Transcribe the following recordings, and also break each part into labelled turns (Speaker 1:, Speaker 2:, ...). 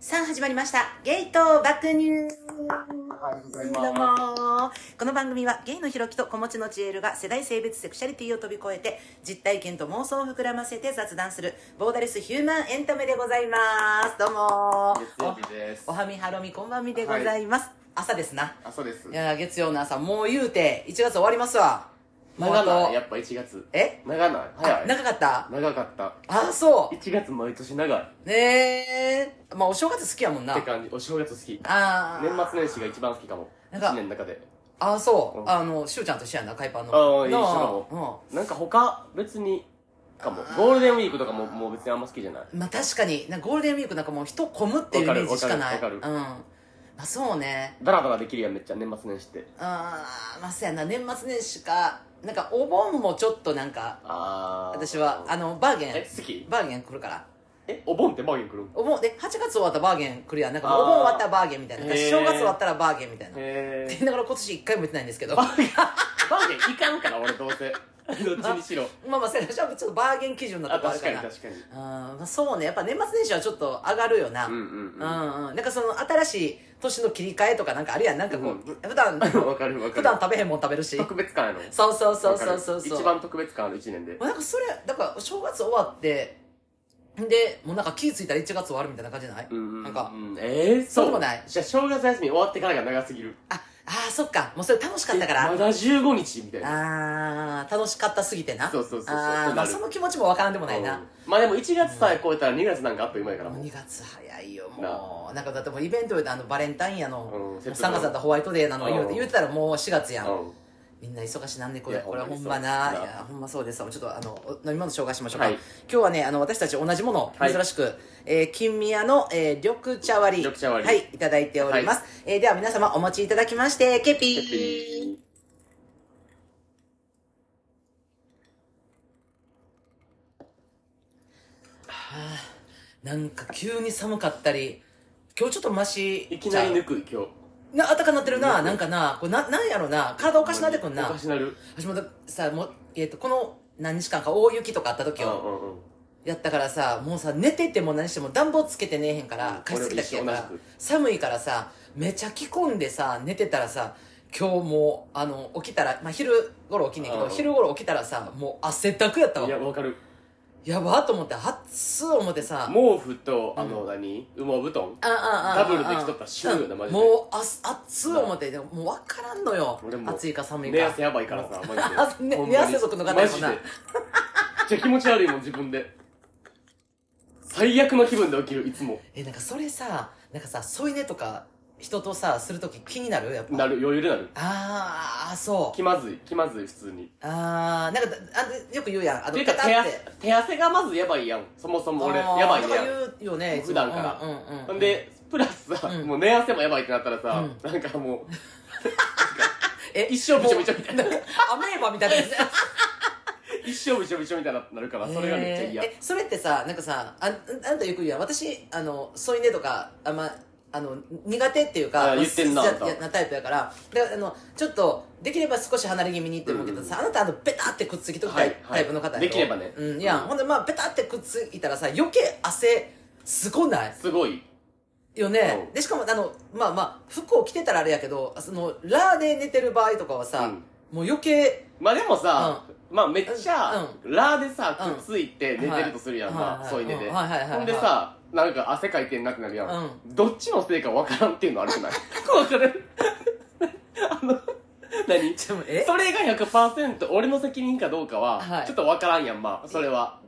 Speaker 1: 始まりました。ゲイと爆乳
Speaker 2: ありがとうござい
Speaker 1: どう
Speaker 2: ま
Speaker 1: もこの番組はゲイのひろきと子持ちのちえるが世代性別セクシャリティを飛び越えて実体験と妄想を膨らませて雑談するボーダレスヒューマンエンタメでございますどうも
Speaker 2: す。月曜日です
Speaker 1: お。はみはろみこんばんみでございます、朝ですな
Speaker 2: あ、そうです
Speaker 1: い。や月曜の朝もう言うて1月終わりますわもうあ
Speaker 2: 長
Speaker 1: と
Speaker 2: ない、やっぱ1月。
Speaker 1: え
Speaker 2: 長ない、
Speaker 1: あ
Speaker 2: 早い。
Speaker 1: 長かった
Speaker 2: 長かった。
Speaker 1: あそ
Speaker 2: 1月毎年長い。
Speaker 1: うねえまあお正月好きやもんな
Speaker 2: って感じ。お正月好き。
Speaker 1: ああ
Speaker 2: 年末年始が一番好きかも。
Speaker 1: なん
Speaker 2: 1
Speaker 1: か
Speaker 2: 年の中で。
Speaker 1: ああそううんあのしゅうちゃんと一緒やな海パンの
Speaker 2: ああいい
Speaker 1: な
Speaker 2: 一緒かなんか他、別に、かも
Speaker 1: あ。ー
Speaker 2: ゴールデンウィークとかも、もう別にあんま好きじゃない。
Speaker 1: うんまあ確かになんかゴールデンウィークなんかもう人混むっていうイ
Speaker 2: わか
Speaker 1: メ
Speaker 2: る
Speaker 1: ージしかない
Speaker 2: わかるわかる
Speaker 1: うんまあそうね
Speaker 2: ダラダラできるやん、めっちゃ、年末年始って。
Speaker 1: あーまあそうやな年末年始かなんかお盆もちょっとなんか
Speaker 2: あー。
Speaker 1: 私はあのバーゲン
Speaker 2: え、好き
Speaker 1: バーゲン来るから
Speaker 2: え、お盆ってバーゲン来るん
Speaker 1: お盆で8月終わったらバーゲン来るやんなんかもうお盆終わったらバーゲンみたいな
Speaker 2: あー
Speaker 1: なんか
Speaker 2: へー
Speaker 1: 正月終わったらバーゲンみたいなって
Speaker 2: へ
Speaker 1: 言い
Speaker 2: ー。
Speaker 1: ながら今年1回も行ってないんですけ ど
Speaker 2: バーゲン、バーゲンいかんから、俺どう せ。どっちにしろ。
Speaker 1: まあまあせやなちょっとバーゲン基準な
Speaker 2: あ、
Speaker 1: とこある
Speaker 2: 確
Speaker 1: か
Speaker 2: かに
Speaker 1: ら
Speaker 2: 確かに。
Speaker 1: うんまあ、そうねやっぱ年末年始はちょっと上がるよな、
Speaker 2: うん
Speaker 1: うん
Speaker 2: うんうん。
Speaker 1: うん、なんかその新しい年の切り替えとかなんかあるやんなんかこう、
Speaker 2: うん
Speaker 1: 普 段
Speaker 2: わかるわかる。
Speaker 1: 普段食べへんもん食べるし
Speaker 2: 特別感やろ
Speaker 1: そうそうそうそうそうそう
Speaker 2: 一番特別感ある1年で
Speaker 1: まあなんかそれだから正月終わってでもうなんか気ぃ付いたら1月終わるみたいな感じじゃない、
Speaker 2: うう
Speaker 1: なんか
Speaker 2: うんえー、
Speaker 1: そうでもない
Speaker 2: じゃあ正月休み終わってからが長すぎる
Speaker 1: ああーそっかもうそれ楽しかったか
Speaker 2: え
Speaker 1: ら
Speaker 2: まだ15日みたいな
Speaker 1: あー楽しかったすぎてな
Speaker 2: そうそうそうそう
Speaker 1: あーまあ、
Speaker 2: なる
Speaker 1: その気持ちもわからんでもないな、
Speaker 2: うんまあでも1月さえ超えたら2月なんかあっという間やから
Speaker 1: も
Speaker 2: も
Speaker 1: う
Speaker 2: う
Speaker 1: 2月早いよもうなんかだってもうイベントであのバレンタインやの、
Speaker 2: うん
Speaker 1: もう
Speaker 2: 節分
Speaker 1: 3月だったらホワイトデーなの言う
Speaker 2: う
Speaker 1: て
Speaker 2: ん
Speaker 1: 言うてたらもう4月やん、
Speaker 2: うん
Speaker 1: みんな忙しなんでこ
Speaker 2: い
Speaker 1: れ
Speaker 2: や
Speaker 1: これはほ
Speaker 2: ほ
Speaker 1: ん
Speaker 2: ん
Speaker 1: ま
Speaker 2: まに
Speaker 1: な
Speaker 2: そう
Speaker 1: い
Speaker 2: ですな
Speaker 1: やほんまそうですちょっとあのお飲み物紹介しましょうか、
Speaker 2: はい
Speaker 1: 今日はねあの私たち同じもの
Speaker 2: はい
Speaker 1: 珍しく、えー金宮の、えー緑茶割り
Speaker 2: 緑茶割り
Speaker 1: はいいただいております、えーでは皆様お持ちいただきましてケピーなんか急に寒かったり今日ちょっとマシ
Speaker 2: いきなり抜く今日
Speaker 1: なあったかなってる
Speaker 2: 抜
Speaker 1: な
Speaker 2: く
Speaker 1: なんかなこれななんやろな体お
Speaker 2: お
Speaker 1: かしなってくんな
Speaker 2: おかしなる
Speaker 1: 私もださもう、えー、とこの何日間か大雪とかあった時
Speaker 2: うん
Speaker 1: を
Speaker 2: うんうん
Speaker 1: やったからさもうさ寝てても何しても暖房つけて寝えへんから、
Speaker 2: うん
Speaker 1: 加湿器だけやか
Speaker 2: 俺
Speaker 1: ら
Speaker 2: も一緒同じく
Speaker 1: 寒いからさめちゃ着込んでさ寝てたらさ今日もうあの起きたら、まあ、昼頃起きんねんけど
Speaker 2: うん
Speaker 1: 昼頃起きたらさもう汗だくやったわ
Speaker 2: いや
Speaker 1: や
Speaker 2: わかる
Speaker 1: ばーと思って熱っ思ってさ
Speaker 2: 毛布とあの何羽毛布団
Speaker 1: ああああ
Speaker 2: ダブルできとったら死ぬよな
Speaker 1: うん
Speaker 2: マジで
Speaker 1: もうあす熱っ思ってでももう分からんのよ
Speaker 2: 俺も
Speaker 1: 暑いか寒いか
Speaker 2: 寝汗やばいからさマジで
Speaker 1: ね
Speaker 2: ほんまに
Speaker 1: 寝汗族の方やもんな
Speaker 2: マジでめっちゃ気持ち悪いもん自分で最悪の気分で起きるいつも
Speaker 1: えなんかそれさなんかさ添い寝とか人とさする時気になるやっぱ
Speaker 2: なる余裕でなる
Speaker 1: あーあーそう
Speaker 2: 気まずい気まずい普通に
Speaker 1: ああなんかあでよく言うやんあ
Speaker 2: っていう
Speaker 1: カ
Speaker 2: か
Speaker 1: タっ
Speaker 2: 手
Speaker 1: て
Speaker 2: 汗手汗がまずやばいやんそもそも俺
Speaker 1: あー
Speaker 2: やばい
Speaker 1: と
Speaker 2: ね
Speaker 1: か
Speaker 2: やん
Speaker 1: 言うよねいつも
Speaker 2: 普段から
Speaker 1: うんうんうん
Speaker 2: ほんでプラスさ、
Speaker 1: うん
Speaker 2: もう寝汗もやばいってなったらさ、
Speaker 1: う
Speaker 2: なんかもう
Speaker 1: え
Speaker 2: 一生びちょびちょみたいな
Speaker 1: もうアメーバみたいなやつね
Speaker 2: 一生びちょびちょみたいになるから それがめっちゃ嫌、
Speaker 1: えーえそれってさなんかさああんたよく言うやん私あの添い寝とかあんまあの苦手っていうか
Speaker 2: あ言ってんな
Speaker 1: まあ
Speaker 2: あんた
Speaker 1: 好きなタイプやからであのちょっとできれば少し離れ気味にって思うけどさ、あなたあのベタってくっつきとくタイ,、
Speaker 2: はいはい
Speaker 1: プの方やろ
Speaker 2: できればね
Speaker 1: うんいや、
Speaker 2: うん
Speaker 1: ほんでまあベタってくっついたらさ余計汗すごない
Speaker 2: すごい
Speaker 1: よね、
Speaker 2: うん
Speaker 1: でしかもあのまあまあ服を着てたらあれやけどそのラーで寝てる場合とかはさ、
Speaker 2: うん
Speaker 1: もう余計
Speaker 2: まあでもさ、まあめっちゃ、ラーでさ
Speaker 1: うん
Speaker 2: くっついて寝てるとするやん
Speaker 1: はい
Speaker 2: か、
Speaker 1: はい
Speaker 2: そういう寝で、
Speaker 1: うんはいはいはいはい
Speaker 2: ほんでさなんか汗かいてんなくなるやん、
Speaker 1: う
Speaker 2: どっちのせいかわからんっていうのある くないわかる あの何
Speaker 1: ちょ え
Speaker 2: それが100%俺の責任かどうかは、
Speaker 1: はい
Speaker 2: ちょっとわからんやんまあそれは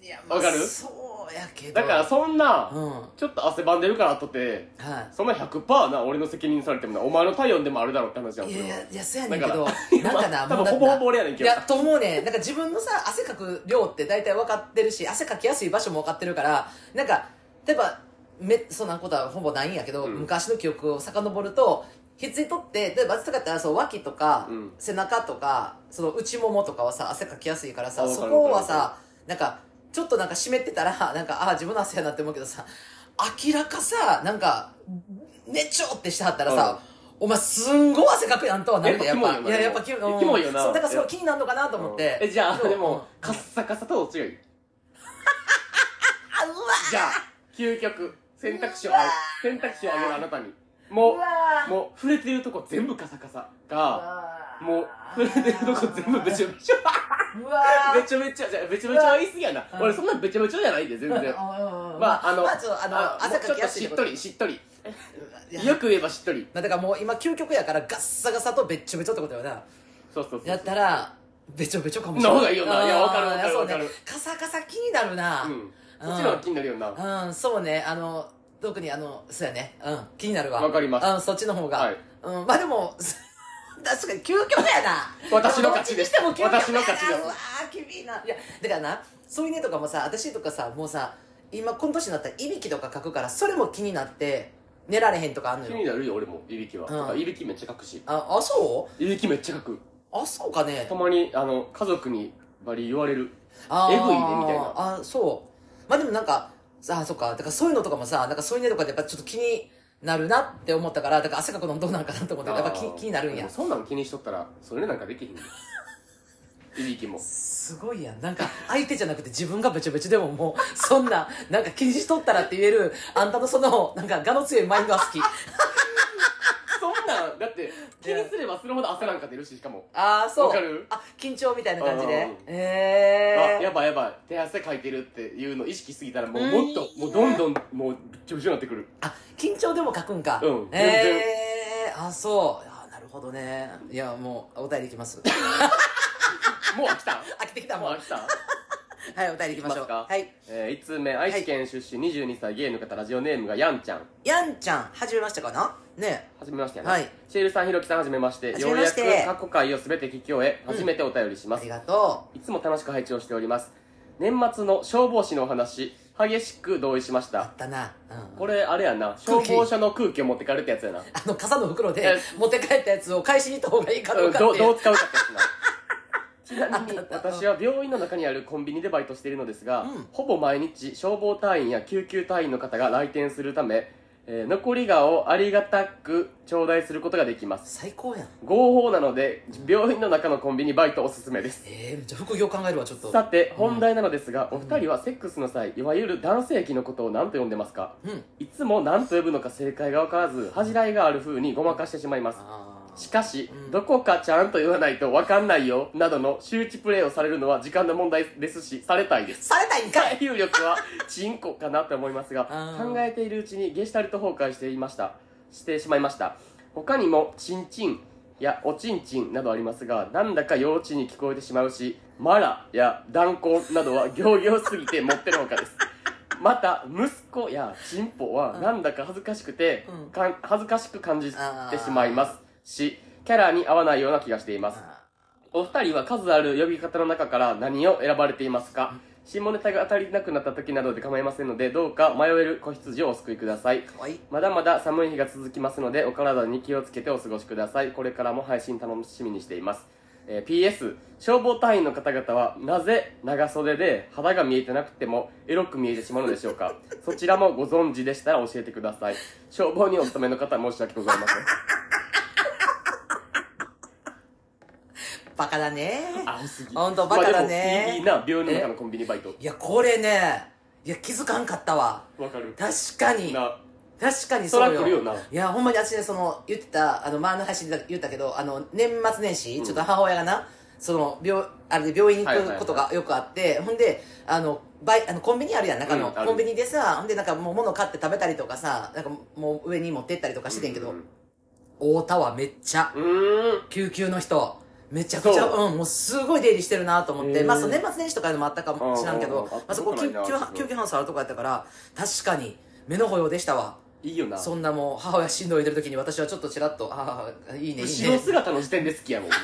Speaker 2: い
Speaker 1: や
Speaker 2: わかる
Speaker 1: そうやけど
Speaker 2: だからそんな、
Speaker 1: うんは
Speaker 2: ちょっと汗ばんでるからとてそんな100%な俺の責任されてもなお前の体温でもあるだろうって話やん
Speaker 1: い
Speaker 2: そ
Speaker 1: い
Speaker 2: れ
Speaker 1: や
Speaker 2: はい
Speaker 1: やいやそうやねんけど
Speaker 2: だ
Speaker 1: な
Speaker 2: ら
Speaker 1: んか なもうな
Speaker 2: 多分
Speaker 1: んか
Speaker 2: ほぼほぼ俺やねん
Speaker 1: い
Speaker 2: けど
Speaker 1: やと思うねなんか自分のさ汗かく量って大体分かってるし汗かきやすい場所も分かってるからなんか例えばめそんなことはほぼないんやけど、
Speaker 2: うん
Speaker 1: 昔の記憶を遡るとひっついとって例えば暑かったらそう脇とか、
Speaker 2: うん
Speaker 1: 背中とかその内ももとかはさ汗かきやすいからさ
Speaker 2: あわ
Speaker 1: そ
Speaker 2: かる
Speaker 1: こは
Speaker 2: わ
Speaker 1: さなんかちょっとなんか湿ってたらなんかああ自分の汗やなって思うけどさ明らかさなんかねちょってしてはったらさ、お前すんごい汗かくやんとはなるでや
Speaker 2: や
Speaker 1: っ
Speaker 2: っ
Speaker 1: ぱ
Speaker 2: ぱ
Speaker 1: いややっぱ
Speaker 2: キ
Speaker 1: キ
Speaker 2: モいよな
Speaker 1: モ
Speaker 2: キモいよな
Speaker 1: そうだからそれ気になるのかなと思って
Speaker 2: えじゃあ
Speaker 1: そう
Speaker 2: で
Speaker 1: うん
Speaker 2: もカッサカサとどっちがいい
Speaker 1: あうわ
Speaker 2: じゃあ究極選択肢
Speaker 1: う
Speaker 2: は
Speaker 1: わ
Speaker 2: 選択肢をあげるあなたに
Speaker 1: う
Speaker 2: も
Speaker 1: わ
Speaker 2: うもう触れてるとこ全部カサカサ
Speaker 1: う
Speaker 2: が
Speaker 1: わー
Speaker 2: もう触れてるとこ全部べちゃべちゃ
Speaker 1: うわー
Speaker 2: べちゃべちゃじゃあべちゃべちゃは言い過ぎやな
Speaker 1: うん
Speaker 2: 俺そんなべちゃべちゃじゃないで全然
Speaker 1: うん
Speaker 2: まああの
Speaker 1: まずあの
Speaker 2: あも
Speaker 1: 汗
Speaker 2: うち
Speaker 1: か
Speaker 2: ょ
Speaker 1: き
Speaker 2: っと
Speaker 1: やすい
Speaker 2: しっ
Speaker 1: こと
Speaker 2: りしっとり
Speaker 1: いや
Speaker 2: よく言えばしっとり
Speaker 1: なだからもう今究極やからガッサガサとべっちょべちょってことやな
Speaker 2: そうそうそう
Speaker 1: やったらべちょべちょかもしれ
Speaker 2: の
Speaker 1: ない
Speaker 2: 方がいいよないや
Speaker 1: あー
Speaker 2: わかるわかる
Speaker 1: そう
Speaker 2: わ
Speaker 1: ね
Speaker 2: かる
Speaker 1: カサカサ気になるな
Speaker 2: うんそっちの方が気になるよなは
Speaker 1: うん、そうねあの特にあのそうやねうん気になるわ
Speaker 2: わかります
Speaker 1: うんそっちの方が、
Speaker 2: い
Speaker 1: うんまあでも 確かに究極やな
Speaker 2: 私の勝ちです
Speaker 1: どっちにしても究極やな
Speaker 2: 私の勝ちです
Speaker 1: うわー厳いないやだからなそういうねとかもさ私とかさもうさ今この年になったらいびきとか書くからそれも気になって寝られへんとかあんの
Speaker 2: 気
Speaker 1: よ
Speaker 2: になるよ俺もいびきは
Speaker 1: うん
Speaker 2: だからいびきめっちゃかくし
Speaker 1: ああそう
Speaker 2: いびきめっちゃかく
Speaker 1: あそうかね
Speaker 2: たまにあの家族にバリ言われる
Speaker 1: あー
Speaker 2: エグいねみたいな
Speaker 1: あそうまあでもなんかあーそっかだからそういうのとかもさなんかそういうねとかでやっぱちょっと気になるなって思ったからだから汗かくのもどうなんかなと思ってやっぱ気
Speaker 2: あー
Speaker 1: 気になるん
Speaker 2: で
Speaker 1: や
Speaker 2: もそんなん気にしとったらそれなんかできひんよ いびきも
Speaker 1: すごいやんなんか相手じゃなくて自分がべちょべちょでももうそんな なんか気にしとったらって言えるあんたのそのなんか我の強いマインドは好き
Speaker 2: そんなんだって気にすればするほど汗なんか出るししかも
Speaker 1: ああそう
Speaker 2: わかる
Speaker 1: あ緊張みたいな感じで
Speaker 2: うあ
Speaker 1: へえ
Speaker 2: やばいやばい手汗かいてるっていうの意識しすぎたらもう
Speaker 1: うん
Speaker 2: もっともうどんどんもうびっちょびちょになってくる
Speaker 1: あ緊張でも書くんか
Speaker 2: うん全然
Speaker 1: ええあそうあーなるほどねいやもうお便りいきます
Speaker 2: もう飽きた
Speaker 1: 飽きてきた
Speaker 2: も
Speaker 1: も
Speaker 2: うん飽きた
Speaker 1: はいお便りいきましょう
Speaker 2: いきますか
Speaker 1: はい
Speaker 2: えー、1通目愛知県出身22歳ゲイの方ラジオネームがやんちゃん
Speaker 1: やんちゃんはじめましたかなね
Speaker 2: はじめましてや
Speaker 1: はい
Speaker 2: シエルさんひろきさんはじめまして
Speaker 1: はじ
Speaker 2: よ
Speaker 1: め
Speaker 2: う
Speaker 1: ま
Speaker 2: や
Speaker 1: して
Speaker 2: く過去回をすべて聞き終え
Speaker 1: うん
Speaker 2: 初めてお便りしま
Speaker 1: あ
Speaker 2: す、
Speaker 1: りがと
Speaker 2: いつも楽しく拝聴しております年末の消防士のお話激しく同意しまし
Speaker 1: うあ
Speaker 2: た
Speaker 1: ったな、うん、
Speaker 2: これあれやな
Speaker 1: 空
Speaker 2: 消
Speaker 1: 気
Speaker 2: 防署の空気を持ってかれたやつやな
Speaker 1: あの傘の袋で
Speaker 2: え
Speaker 1: 持って帰ったやつを返しに行った方がいいかど
Speaker 2: う
Speaker 1: うんか
Speaker 2: ど
Speaker 1: っ
Speaker 2: う
Speaker 1: て
Speaker 2: ど
Speaker 1: いう
Speaker 2: う使うかってやつなちなみに
Speaker 1: あったあった
Speaker 2: 私は病院の中にあるコンビニでバイトしているのですが、
Speaker 1: うん
Speaker 2: ほぼ毎日消防隊員や救急隊員の方が来店するため、えー残りがをありがたく頂戴することができます
Speaker 1: 最高やん
Speaker 2: 合法なので病院の中のコンビニバイトおすすめです
Speaker 1: ええめっちゃ副業考えるわちょっと
Speaker 2: さて本題なのですが、お二人はセックスの際いわゆる男性器のことを何と呼んでますか
Speaker 1: うん
Speaker 2: いつも何と呼ぶのか正解が分からず恥じらいがある風にごまかしてしまいます
Speaker 1: あ
Speaker 2: し
Speaker 1: ー
Speaker 2: かし、
Speaker 1: うん
Speaker 2: どこかちゃんと言わないと分かんないよなどの周知プレイをされるのは時間の問題ですしされたいです
Speaker 1: されたいんかい
Speaker 2: 最有 力はチンコかなと思いますが
Speaker 1: あー
Speaker 2: 考えているうちにゲシュタルト崩壊していましたしてしまいました他にもチンチンやおちんちんなどありますがなんだか幼稚に聞こえてしまうしマラや断交などは行々すぎて持ってるほか ですまた息子やチンポはなんだか恥ずかしくて、
Speaker 1: うん
Speaker 2: かん恥ずかしく感じてしまいますしキャラに合わないような気がしています
Speaker 1: あ
Speaker 2: お二人は数ある呼び方の中から何を選ばれていますか下ネタが当たりなくなった時などで構いませんのでどうか迷える子羊をお救いください
Speaker 1: ーかわいい
Speaker 2: まだまだ寒い日が続きますのでお体に気をつけてお過ごしくださいこれからも配信楽しみにしています、えー PS 消防隊員の方々はなぜ長袖で肌が見えてなくてもエロく見えてしまうのでしょうかそちらもご存知でしたら教えてください消防にお勤めの方は申し訳ござい ません
Speaker 1: バカだね
Speaker 2: 青すぎ
Speaker 1: ほんとバカだね
Speaker 2: まあでもいいいいな病院の中のコンビニバイト
Speaker 1: いやこれねいや気づかんかったわ
Speaker 2: わかる
Speaker 1: 確かに
Speaker 2: な
Speaker 1: 確かに
Speaker 2: そ
Speaker 1: そ
Speaker 2: ら
Speaker 1: う
Speaker 2: 来るよない
Speaker 1: やほんまに私ねその言ってたあの前の配信で言ったけどあの年末年始、ちょっと母親がなその病あれで病院に行くことがよくあって、ほんであのバイあのコンビニあるやん中の、
Speaker 2: うんある
Speaker 1: コンビニでさほんでなんかもう物買って食べたりとかさなんかもう上に持ってったりとかしててんけど、
Speaker 2: うん
Speaker 1: 太田はめっちゃ
Speaker 2: うーん
Speaker 1: 救急の人めちゃくちゃ、
Speaker 2: そう
Speaker 1: ん、もうすごい出入りしてるなと思って、
Speaker 2: へー
Speaker 1: まあ、その年末年始とかでもあったかもしらんけど
Speaker 2: あーあーあー
Speaker 1: まあ、そこ
Speaker 2: あった
Speaker 1: 救
Speaker 2: こと
Speaker 1: 急
Speaker 2: ないな
Speaker 1: 救急搬送あるとこやったから確かに目の保養でしたわ
Speaker 2: いいよな
Speaker 1: そんなもう母親しんどいてる時に私はちょっとちらっと「ああいいねいい
Speaker 2: 後ろ
Speaker 1: ね
Speaker 2: 姿の時点で好きやもんも」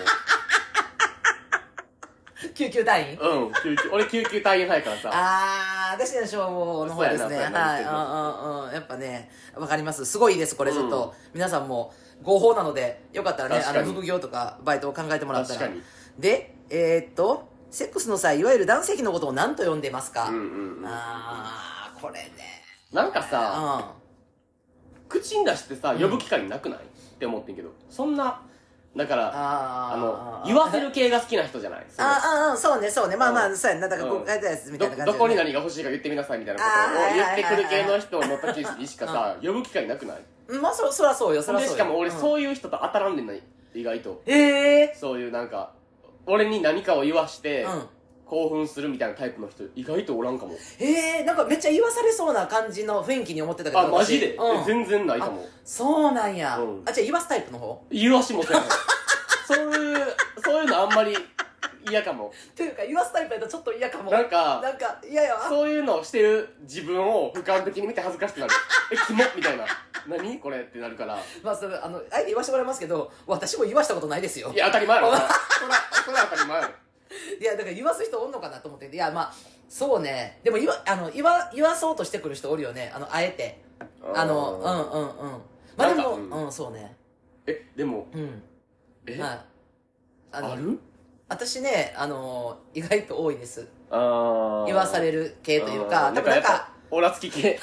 Speaker 1: 救急隊員
Speaker 2: ううん救急俺救急隊員派やから さ
Speaker 1: ああ私の消防の方です
Speaker 2: そう
Speaker 1: ね
Speaker 2: やなそうやな
Speaker 1: はいうんうんうんやっぱねわかりますすごいいいですこれちょっと、皆さんも合法なのでよかったらねあ
Speaker 2: 確か
Speaker 1: の
Speaker 2: に
Speaker 1: 副業とかバイトを考えてもらった
Speaker 2: 確からに
Speaker 1: でえーっとセックスの際いわゆる男性器のことを何と呼んでますか、
Speaker 2: うんうんうん
Speaker 1: ああこれね
Speaker 2: なんか
Speaker 1: う
Speaker 2: さ
Speaker 1: ん
Speaker 2: 口に出してさ呼ぶ機会なくないって思ってんけどそんなだから
Speaker 1: あ
Speaker 2: あの
Speaker 1: ー
Speaker 2: 言わせる系が好きな人じゃないその
Speaker 1: あーあーそうねそうねまあま
Speaker 2: う
Speaker 1: あ
Speaker 2: ん
Speaker 1: そうやんなだからこ
Speaker 2: うん
Speaker 1: うあれですみたいな
Speaker 2: ど
Speaker 1: 感じ
Speaker 2: どこに
Speaker 1: なり
Speaker 2: 何が欲しいか言ってみなさいみたいなこ
Speaker 1: あー
Speaker 2: とを言ってくる
Speaker 1: はい
Speaker 2: 系
Speaker 1: はいは
Speaker 2: の
Speaker 1: い
Speaker 2: 人の時しかさ呼ぶ機会なくない
Speaker 1: まあそそらそうよそらそう
Speaker 2: で
Speaker 1: よ
Speaker 2: しかも俺
Speaker 1: うん
Speaker 2: そういう人と当たらんでない意外と
Speaker 1: ええ
Speaker 2: そういうなんか俺に何かを言わして
Speaker 1: うん
Speaker 2: 興奮するみたいなタイプの人意外とおらんかも
Speaker 1: えー、なんかめっちゃ言わされそうな感じの雰囲気に思ってたけど
Speaker 2: あマジで
Speaker 1: 私うん、
Speaker 2: 全然ないかも
Speaker 1: そうなんや、
Speaker 2: うん
Speaker 1: あじゃあ言わすタイプの方
Speaker 2: 言わしもせん そういうそういうのあんまり嫌かも
Speaker 1: というか言わすタイプだとちょっと嫌かも
Speaker 2: なんか
Speaker 1: なんか嫌やわ
Speaker 2: そういうのをしてる自分を俯瞰的に見て恥ずかし くなるえキモみたいな何これってなるから
Speaker 1: まあそれあのあえて言わしてもらいますけど私も言わしたことないですよ
Speaker 2: いや当たり前やろそれそれは当たり前やろ
Speaker 1: いやだから言わす人おんのかなと思っていやまあそうねでも言わあの言わ言わそうとしてくる人おるよねあのあえてあのうんうんうんまあでも
Speaker 2: なん
Speaker 1: う
Speaker 2: かうん
Speaker 1: ん、そうね
Speaker 2: えでも
Speaker 1: うん
Speaker 2: え、
Speaker 1: はいあの
Speaker 2: ある
Speaker 1: 私ねあの意外と多いです
Speaker 2: あ
Speaker 1: 言わされる系というか多
Speaker 2: んなん
Speaker 1: 分
Speaker 2: か
Speaker 1: な
Speaker 2: や
Speaker 1: ん
Speaker 2: っ
Speaker 1: か
Speaker 2: ぱオラつき 系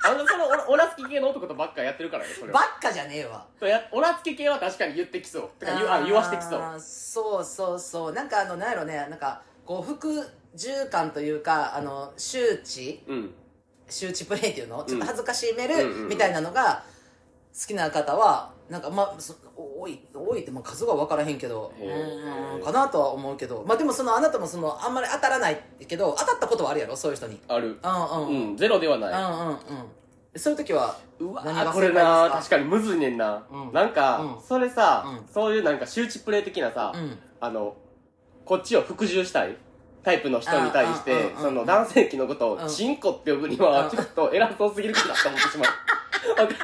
Speaker 2: あのそのオラオラつき系の男とばっかやってるからねそれ
Speaker 1: ば
Speaker 2: は
Speaker 1: っかじゃねえわ
Speaker 2: やオラつき系は確かに言ってきそうてか言わ
Speaker 1: ー
Speaker 2: あ言わしてきそう
Speaker 1: そうそうそうなんかあのなんやろねなんかこう副従感というかあの周知
Speaker 2: うん
Speaker 1: 周知プレイっていうのちょっと恥ずかしめ
Speaker 2: うんうんうんう
Speaker 1: る
Speaker 2: ん
Speaker 1: みたいなのが好きな方はなんかまあそ多い多いってまあ数は分からへんけどう
Speaker 2: へ
Speaker 1: ー
Speaker 2: ー
Speaker 1: んかなとは思うけどまあでもそのあなたもそのあんまり当たらないけど当たったことはあるやろそういう人に
Speaker 2: ある
Speaker 1: うんうん
Speaker 2: う
Speaker 1: うんうんうん
Speaker 2: んゼロではない
Speaker 1: そういう時は
Speaker 2: うわ
Speaker 1: 何が
Speaker 2: ー
Speaker 1: 正
Speaker 2: こ
Speaker 1: 解
Speaker 2: れな
Speaker 1: です
Speaker 2: 確かにむずいねんな、
Speaker 1: うん
Speaker 2: なんか、
Speaker 1: うん
Speaker 2: それさ、
Speaker 1: うん
Speaker 2: そういうなんか周知プレイ的なさ、
Speaker 1: うん
Speaker 2: あのこっちを服従したいタイプの人に対し
Speaker 1: うんうん
Speaker 2: て
Speaker 1: うんうん
Speaker 2: その男性器のこと
Speaker 1: う
Speaker 2: を
Speaker 1: ん
Speaker 2: チンコって呼ぶにはちょっと偉そうすぎるかなと思ってしま うわかる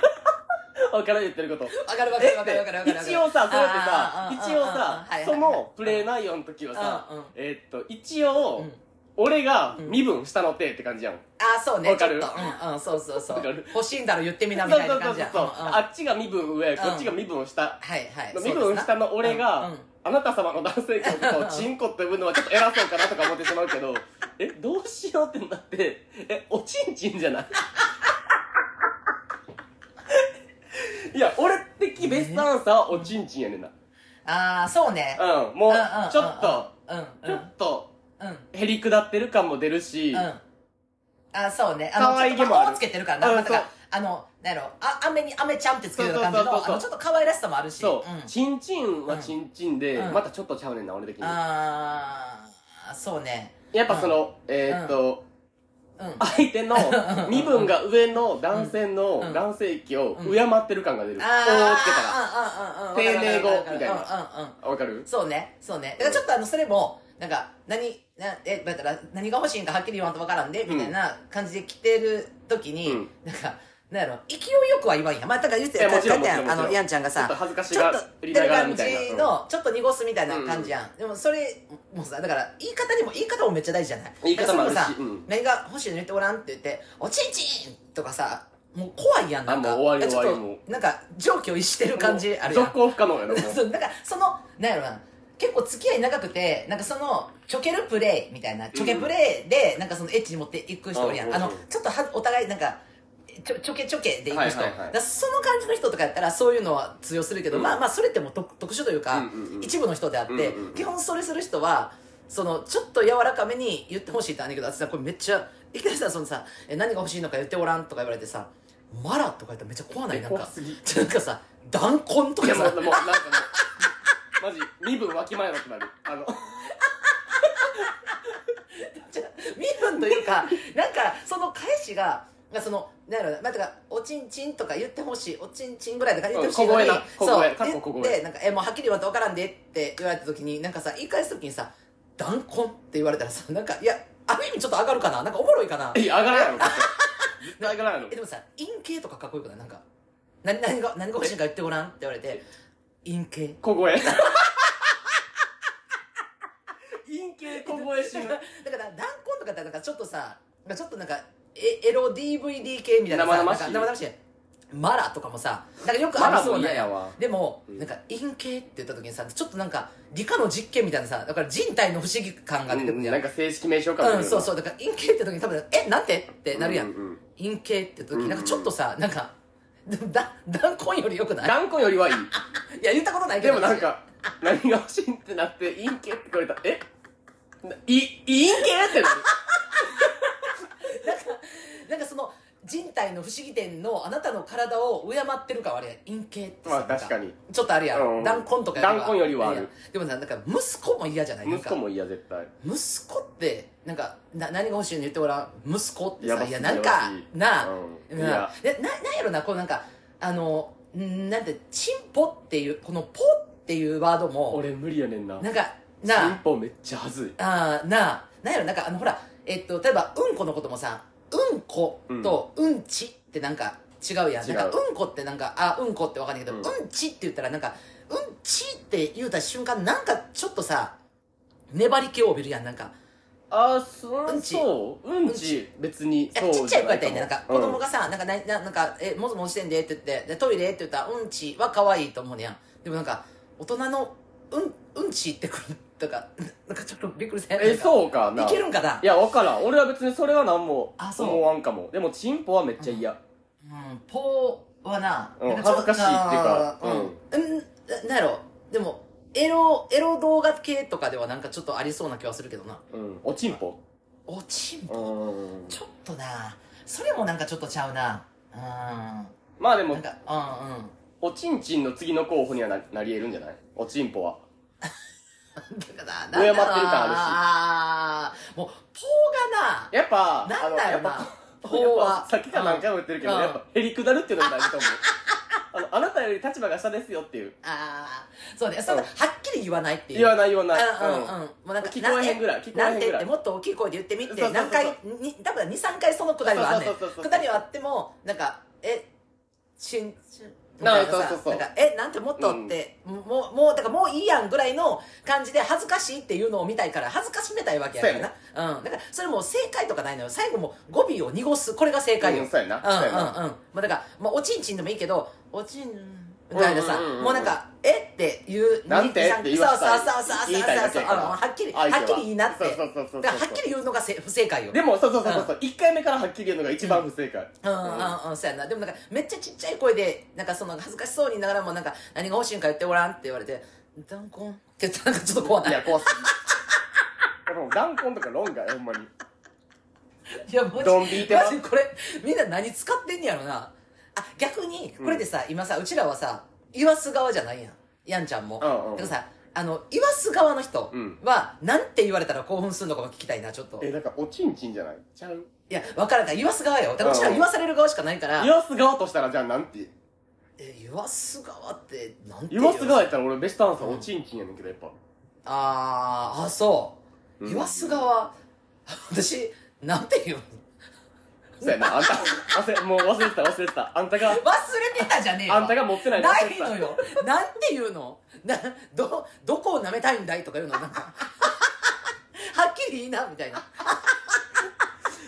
Speaker 2: わからん言ってること
Speaker 1: 分かる分かる分かる分かる分かる
Speaker 2: 一応さそれって
Speaker 1: あー
Speaker 2: さ
Speaker 1: あー
Speaker 2: 一応
Speaker 1: あ
Speaker 2: さ
Speaker 1: ーあーはいはい
Speaker 2: そのプレイ内容の時はさ
Speaker 1: うんうん
Speaker 2: えーっと一応、
Speaker 1: うん
Speaker 2: 俺が身分下の手って感じやん、
Speaker 1: あそうね
Speaker 2: わかる
Speaker 1: ちょっとうんうんそうそうそう
Speaker 2: わかる
Speaker 1: 欲しいんだろ言ってみなみ
Speaker 2: そう
Speaker 1: たい
Speaker 2: そ
Speaker 1: な感
Speaker 2: うそう
Speaker 1: じ
Speaker 2: そう
Speaker 1: や
Speaker 2: そう、
Speaker 1: うんうん
Speaker 2: あっちが身分上、こっちが身分下
Speaker 1: はいはい
Speaker 2: 身分下の俺
Speaker 1: う
Speaker 2: が、
Speaker 1: んうん
Speaker 2: あなた様の男性客とチンコって呼ぶのはちょっと偉そうかなとか思ってしまう けどえどうしようってなってえおちんちんじゃない いや俺的ベストアンサーはおちんちんやねんな
Speaker 1: ああそうね
Speaker 2: うんもうちょっと
Speaker 1: うんうん
Speaker 2: ちょっと
Speaker 1: うんうん
Speaker 2: へりくだってる感も出るし、
Speaker 1: うんあそうねあ
Speaker 2: 可
Speaker 1: の
Speaker 2: 愛
Speaker 1: ちょっ
Speaker 2: げ
Speaker 1: と
Speaker 2: もある
Speaker 1: 魔法つけてるからな
Speaker 2: うん
Speaker 1: なん
Speaker 2: そう
Speaker 1: かあのなんやろあ雨に雨ちゃんってつけるような感じ
Speaker 2: そうそうそうそう
Speaker 1: のあのちょっと可愛らしさもあるし
Speaker 2: そう、
Speaker 1: ん
Speaker 2: ちんちんはちんちんで、
Speaker 1: うん
Speaker 2: またちょっとちゃうねんな俺的に
Speaker 1: ああそうね
Speaker 2: やっぱその、えーっと、
Speaker 1: うん
Speaker 2: 相手の身分が上の男性の
Speaker 1: うん
Speaker 2: 男性器を敬ってる感が出る。こうつけた
Speaker 1: あー
Speaker 2: 丁寧語
Speaker 1: わかるわかる
Speaker 2: みたいな
Speaker 1: わかるうんうんうん
Speaker 2: ら。わかる
Speaker 1: そうね、そうね。だからちょっとあの、それも、なんか、何、なえ、だから、何が欲しいんかはっきり言わんとわからんで、みたいな感じで来てる時に、
Speaker 2: うん
Speaker 1: なんか、なんやろ、勢いよくは言わんやん。まあ、だから言って
Speaker 2: いやもちろん
Speaker 1: だって
Speaker 2: もちろん
Speaker 1: あ
Speaker 2: もち
Speaker 1: の、
Speaker 2: ろん
Speaker 1: やんちゃんが
Speaker 2: ちょっと
Speaker 1: さ、
Speaker 2: 恥ずかし
Speaker 1: ちょっ
Speaker 2: が
Speaker 1: と、
Speaker 2: り
Speaker 1: 出
Speaker 2: な
Speaker 1: る
Speaker 2: がらみ
Speaker 1: 感
Speaker 2: たいな。
Speaker 1: じの、ちょっと濁すみたいな感じやん。でも、それ、もうさ、だから、言い方にも、言い方もめっちゃ大事じゃない
Speaker 2: 言い方もあるし
Speaker 1: だからそれも
Speaker 2: う
Speaker 1: さ
Speaker 2: ん、
Speaker 1: 何が欲しいの言っておらんって言って、おちんちんとかさ、もう怖いやん、なんか。
Speaker 2: あもう終わり
Speaker 1: ちょっと
Speaker 2: 終わりも
Speaker 1: なんか、上気を逸してる感じあるやん
Speaker 2: 続。行不可能やろ、もう。
Speaker 1: そうだからそのなんやろな結構付き合い長くてなんかそのちょけるプレイみたいなちょけプレイでなんかそのエッチに持っていく人おるやん、
Speaker 2: うんう
Speaker 1: あ
Speaker 2: んうん
Speaker 1: のちょっとはお互いなんかちょちょけちょけでいく人、
Speaker 2: はいはいはい
Speaker 1: だからその感じの人とかやったらそういうのは通用するけど、
Speaker 2: うん
Speaker 1: まあまあそれってもう特特殊というか、
Speaker 2: うんうんうん
Speaker 1: 一部の人であって、
Speaker 2: うんうんうん
Speaker 1: 基本それする人はそのちょっと柔らかめに言ってほしいってあんねんけど私さこれめっちゃいきなりさそのさえ何が欲しいのか言っておらんとか言われてさマラとか言ったらめっちゃ怖ない
Speaker 2: え
Speaker 1: なん
Speaker 2: 怖
Speaker 1: か
Speaker 2: すぎ。い
Speaker 1: なんかさ弾痕とか
Speaker 2: や、も
Speaker 1: さ
Speaker 2: う、もう、なんかもう、マジ、身分わきまえろってなる。あの、
Speaker 1: じゃあ身分というかなんかその返しがなんかそのなんやろなまあ、てかおちんちんとか言ってほしいおちんちんぐらいとか言ってほしいのに、
Speaker 2: うん小声な小声かっこ小
Speaker 1: そう
Speaker 2: 声
Speaker 1: でなんかえもうはっきり言わんと分からんでって言われた時になんかさ言い返す時にさ「弾痕」って言われたらさなんかいやある意味ちょっと上がるかななんかおもろいかな
Speaker 2: え、上がらんやろ、こっち絶対上がらんやろ
Speaker 1: え。でもさ陰形とかかっこよくないなんか何何が何が欲しいんか言ってごらんって言われて陰形
Speaker 2: 小 声。陰形小声し
Speaker 1: だ
Speaker 2: む
Speaker 1: か。ら弾痕とかだったらなんかちょっとさちょっとなんかエエロ DVD 系みたいなさ
Speaker 2: 生々しい
Speaker 1: なんか生々しいマラとかもさなんかよく
Speaker 2: マ
Speaker 1: あ
Speaker 2: ラ
Speaker 1: る
Speaker 2: も
Speaker 1: そうな
Speaker 2: 嫌
Speaker 1: ん
Speaker 2: やわ。
Speaker 1: でも、
Speaker 2: うん
Speaker 1: なんか陰形って言った時にさちょっとなんか理科の実験みたいなさだから人体の不思議感が
Speaker 2: う
Speaker 1: 出てくる
Speaker 2: ん
Speaker 1: じゃん、
Speaker 2: なんか正式名称感。
Speaker 1: うん、そうそううだから陰形って時に多分「えなんて?」ってなるやん、
Speaker 2: うんうん
Speaker 1: 陰形って時、
Speaker 2: うんうん
Speaker 1: なんかちょっとさなんかでもだ弾痕よりよくない
Speaker 2: 弾痕よりはいい
Speaker 1: いや言ったことないけ
Speaker 2: で
Speaker 1: ど
Speaker 2: もなんか何が欲しいってなって「いいんけ?」って言われたら「えいいいんけ?」ってなる
Speaker 1: 私なんかその人体の不思議点のあなたの体を敬ってるかはあれ陰形ってさ
Speaker 2: まあ確かに
Speaker 1: ちょっとあれや
Speaker 2: うん
Speaker 1: ろ弾痕とかよりは
Speaker 2: 弾痕よりはある
Speaker 1: いやでもさなんか息子も嫌じゃ ないなん
Speaker 2: 息
Speaker 1: か
Speaker 2: 子も嫌絶対
Speaker 1: 息子ってなんかな何が欲しいの言ってごらん息子って
Speaker 2: や
Speaker 1: さ
Speaker 2: ば
Speaker 1: い
Speaker 2: すぎ
Speaker 1: やなんか
Speaker 2: やばすぎ
Speaker 1: なあ、
Speaker 2: うん
Speaker 1: ないなな
Speaker 2: や
Speaker 1: んやろなこうなんかあのんなんてチンポっていうこのポっていうワードも
Speaker 2: 俺無理やねんな
Speaker 1: なんかな
Speaker 2: 進歩めっちゃはずい
Speaker 1: ああーなあなんやろなんかあのほらえっと例えばうんこのこともさうんことうんちってなんか違うやん
Speaker 2: 違う
Speaker 1: なんかうんこってなんかあうんこってわかんないけど、
Speaker 2: う
Speaker 1: うんん、ちって言ったらなんかうんちって言うた瞬間なんかちょっとさ粘り気を帯びるやんなんか
Speaker 2: あそ
Speaker 1: うんち
Speaker 2: そううんち別に
Speaker 1: いや
Speaker 2: そう
Speaker 1: ちっちゃい子やったらいいねなん
Speaker 2: じゃ
Speaker 1: か
Speaker 2: い
Speaker 1: 子供がさ、なんかなななんかえもずもずしてんでって言ってでトイレって言ったらうんちは可愛いと思うねやんでもなんか大人のうんうんちってくるとかなんかちょっとびっくりせん
Speaker 2: うんえ
Speaker 1: う
Speaker 2: そうかない
Speaker 1: けるんかない
Speaker 2: や分からん俺は別にそれは何も
Speaker 1: あそう
Speaker 2: 思わんかもでもチンポはめっちゃ嫌
Speaker 1: うん、ポーはな、
Speaker 2: うん
Speaker 1: なんちょ
Speaker 2: 恥ずかしいっていうか
Speaker 1: あーうん、うん、ななんやろ、でも、エロ、エロ動画系とかではなんかちょっとありそうな気はするけどな。
Speaker 2: うんおちんぽ
Speaker 1: おちん
Speaker 2: う
Speaker 1: ぽ、
Speaker 2: ん
Speaker 1: ちょっとな、それもなんかちょっとちゃうな。うん。
Speaker 2: まあで
Speaker 1: な
Speaker 2: も
Speaker 1: んか、うんうん。
Speaker 2: おちんちんの次の候補にはななり得るんじゃないおちんぽは
Speaker 1: だから、
Speaker 2: 敬ってる感あるし
Speaker 1: あるし。もう、ポー
Speaker 2: やっぱ
Speaker 1: がな、なんだ
Speaker 2: や
Speaker 1: よ
Speaker 2: っぱ
Speaker 1: な、ポー
Speaker 2: やっ
Speaker 1: は
Speaker 2: ぱ。さっきから何回も言ってるけど、
Speaker 1: うん
Speaker 2: やっぱへりくだるっていうのが大事と 思うあのあなたより立場が下ですよっていう
Speaker 1: ああ、そうね、そんな、はっきり言わないっていう。
Speaker 2: 言わない言わない
Speaker 1: うんうんうん
Speaker 2: うん
Speaker 1: もうなんか
Speaker 2: 聞こえへんぐらい聞こえ
Speaker 1: な
Speaker 2: へんぐらい
Speaker 1: んて言ってもっと大きい声で言ってみっ
Speaker 2: そうそ
Speaker 1: て
Speaker 2: うそう
Speaker 1: 何回に多分23回そのくだりはあんねん
Speaker 2: そうそうそうそう
Speaker 1: くだりはあってもなんかえしんしんみ
Speaker 2: な
Speaker 1: た
Speaker 2: あ
Speaker 1: いなさ
Speaker 2: そうそうそう
Speaker 1: なんかえなんてもっとって、もうもうだからもういいやんぐらいの感じで恥ずかしいっていうのを見たいから恥ずかしめたいわけやからなう、ん、だからそれもう正解とかないのよ最後も語尾を濁すこれが正解よ、
Speaker 2: うんそうやな
Speaker 1: うんうん
Speaker 2: そう
Speaker 1: うん
Speaker 2: やな
Speaker 1: まあ、だから、まあ、おちんちんでもいいけどおちんみたいなさ、
Speaker 2: うんうんうんうん
Speaker 1: もうなんかえっていう
Speaker 2: なんてって言わせたい
Speaker 1: そうそうそうそう
Speaker 2: 言いたいだ
Speaker 1: そうそ
Speaker 2: け
Speaker 1: う
Speaker 2: や
Speaker 1: あ
Speaker 2: から
Speaker 1: のはっきりは
Speaker 2: 相手は
Speaker 1: っきりいいなって
Speaker 2: そうそうそうそう
Speaker 1: だからはっきり言うのがせ不正解よ
Speaker 2: でもそうそうそうそう1回目からはっきり言うのが一番不正解
Speaker 1: うんうんうんそうやなでもなんかめっちゃちっちゃい声でなんかその恥ずかしそうに言いながらもなんか何が欲しいんか言ってごらんって言われて「ダンコン」って言ったらなんかちょっと怖ないい
Speaker 2: や怖すぎでも弾痕とか論外ほんまに
Speaker 1: いやマジ
Speaker 2: ドン引いてます
Speaker 1: マジこれみんな何使ってんやろなあ逆にこれでさ、今さうちらはさ言わす側じゃないやんやんちゃんも、
Speaker 2: うんうん
Speaker 1: だからさあの言わす側の人
Speaker 2: うん
Speaker 1: は、なんて言われたら興奮するのかも聞きたいなちょっと
Speaker 2: えなんかおちんちんじゃないちゃう
Speaker 1: いや分からんから言わす側よだからうちらは言わされる側しかないから、
Speaker 2: 言わす側としたらじゃあなんて
Speaker 1: え言わす側ってなんて
Speaker 2: 言わす側やったら俺ベストアンサーおちんちんやねんけどやっぱ
Speaker 1: あーあそう、
Speaker 2: うん
Speaker 1: 言わす側私なんて言うの
Speaker 2: そうやなあんた忘れもう忘れてた忘れてたあんたが
Speaker 1: 忘れてたじゃねえよ
Speaker 2: あんたが持ってないの
Speaker 1: な
Speaker 2: 忘れ
Speaker 1: い
Speaker 2: てた
Speaker 1: のよ。なんて言うのな、ど、どこを舐めたいんだいとか言うのなんか。 はっきりいいな、みたいな。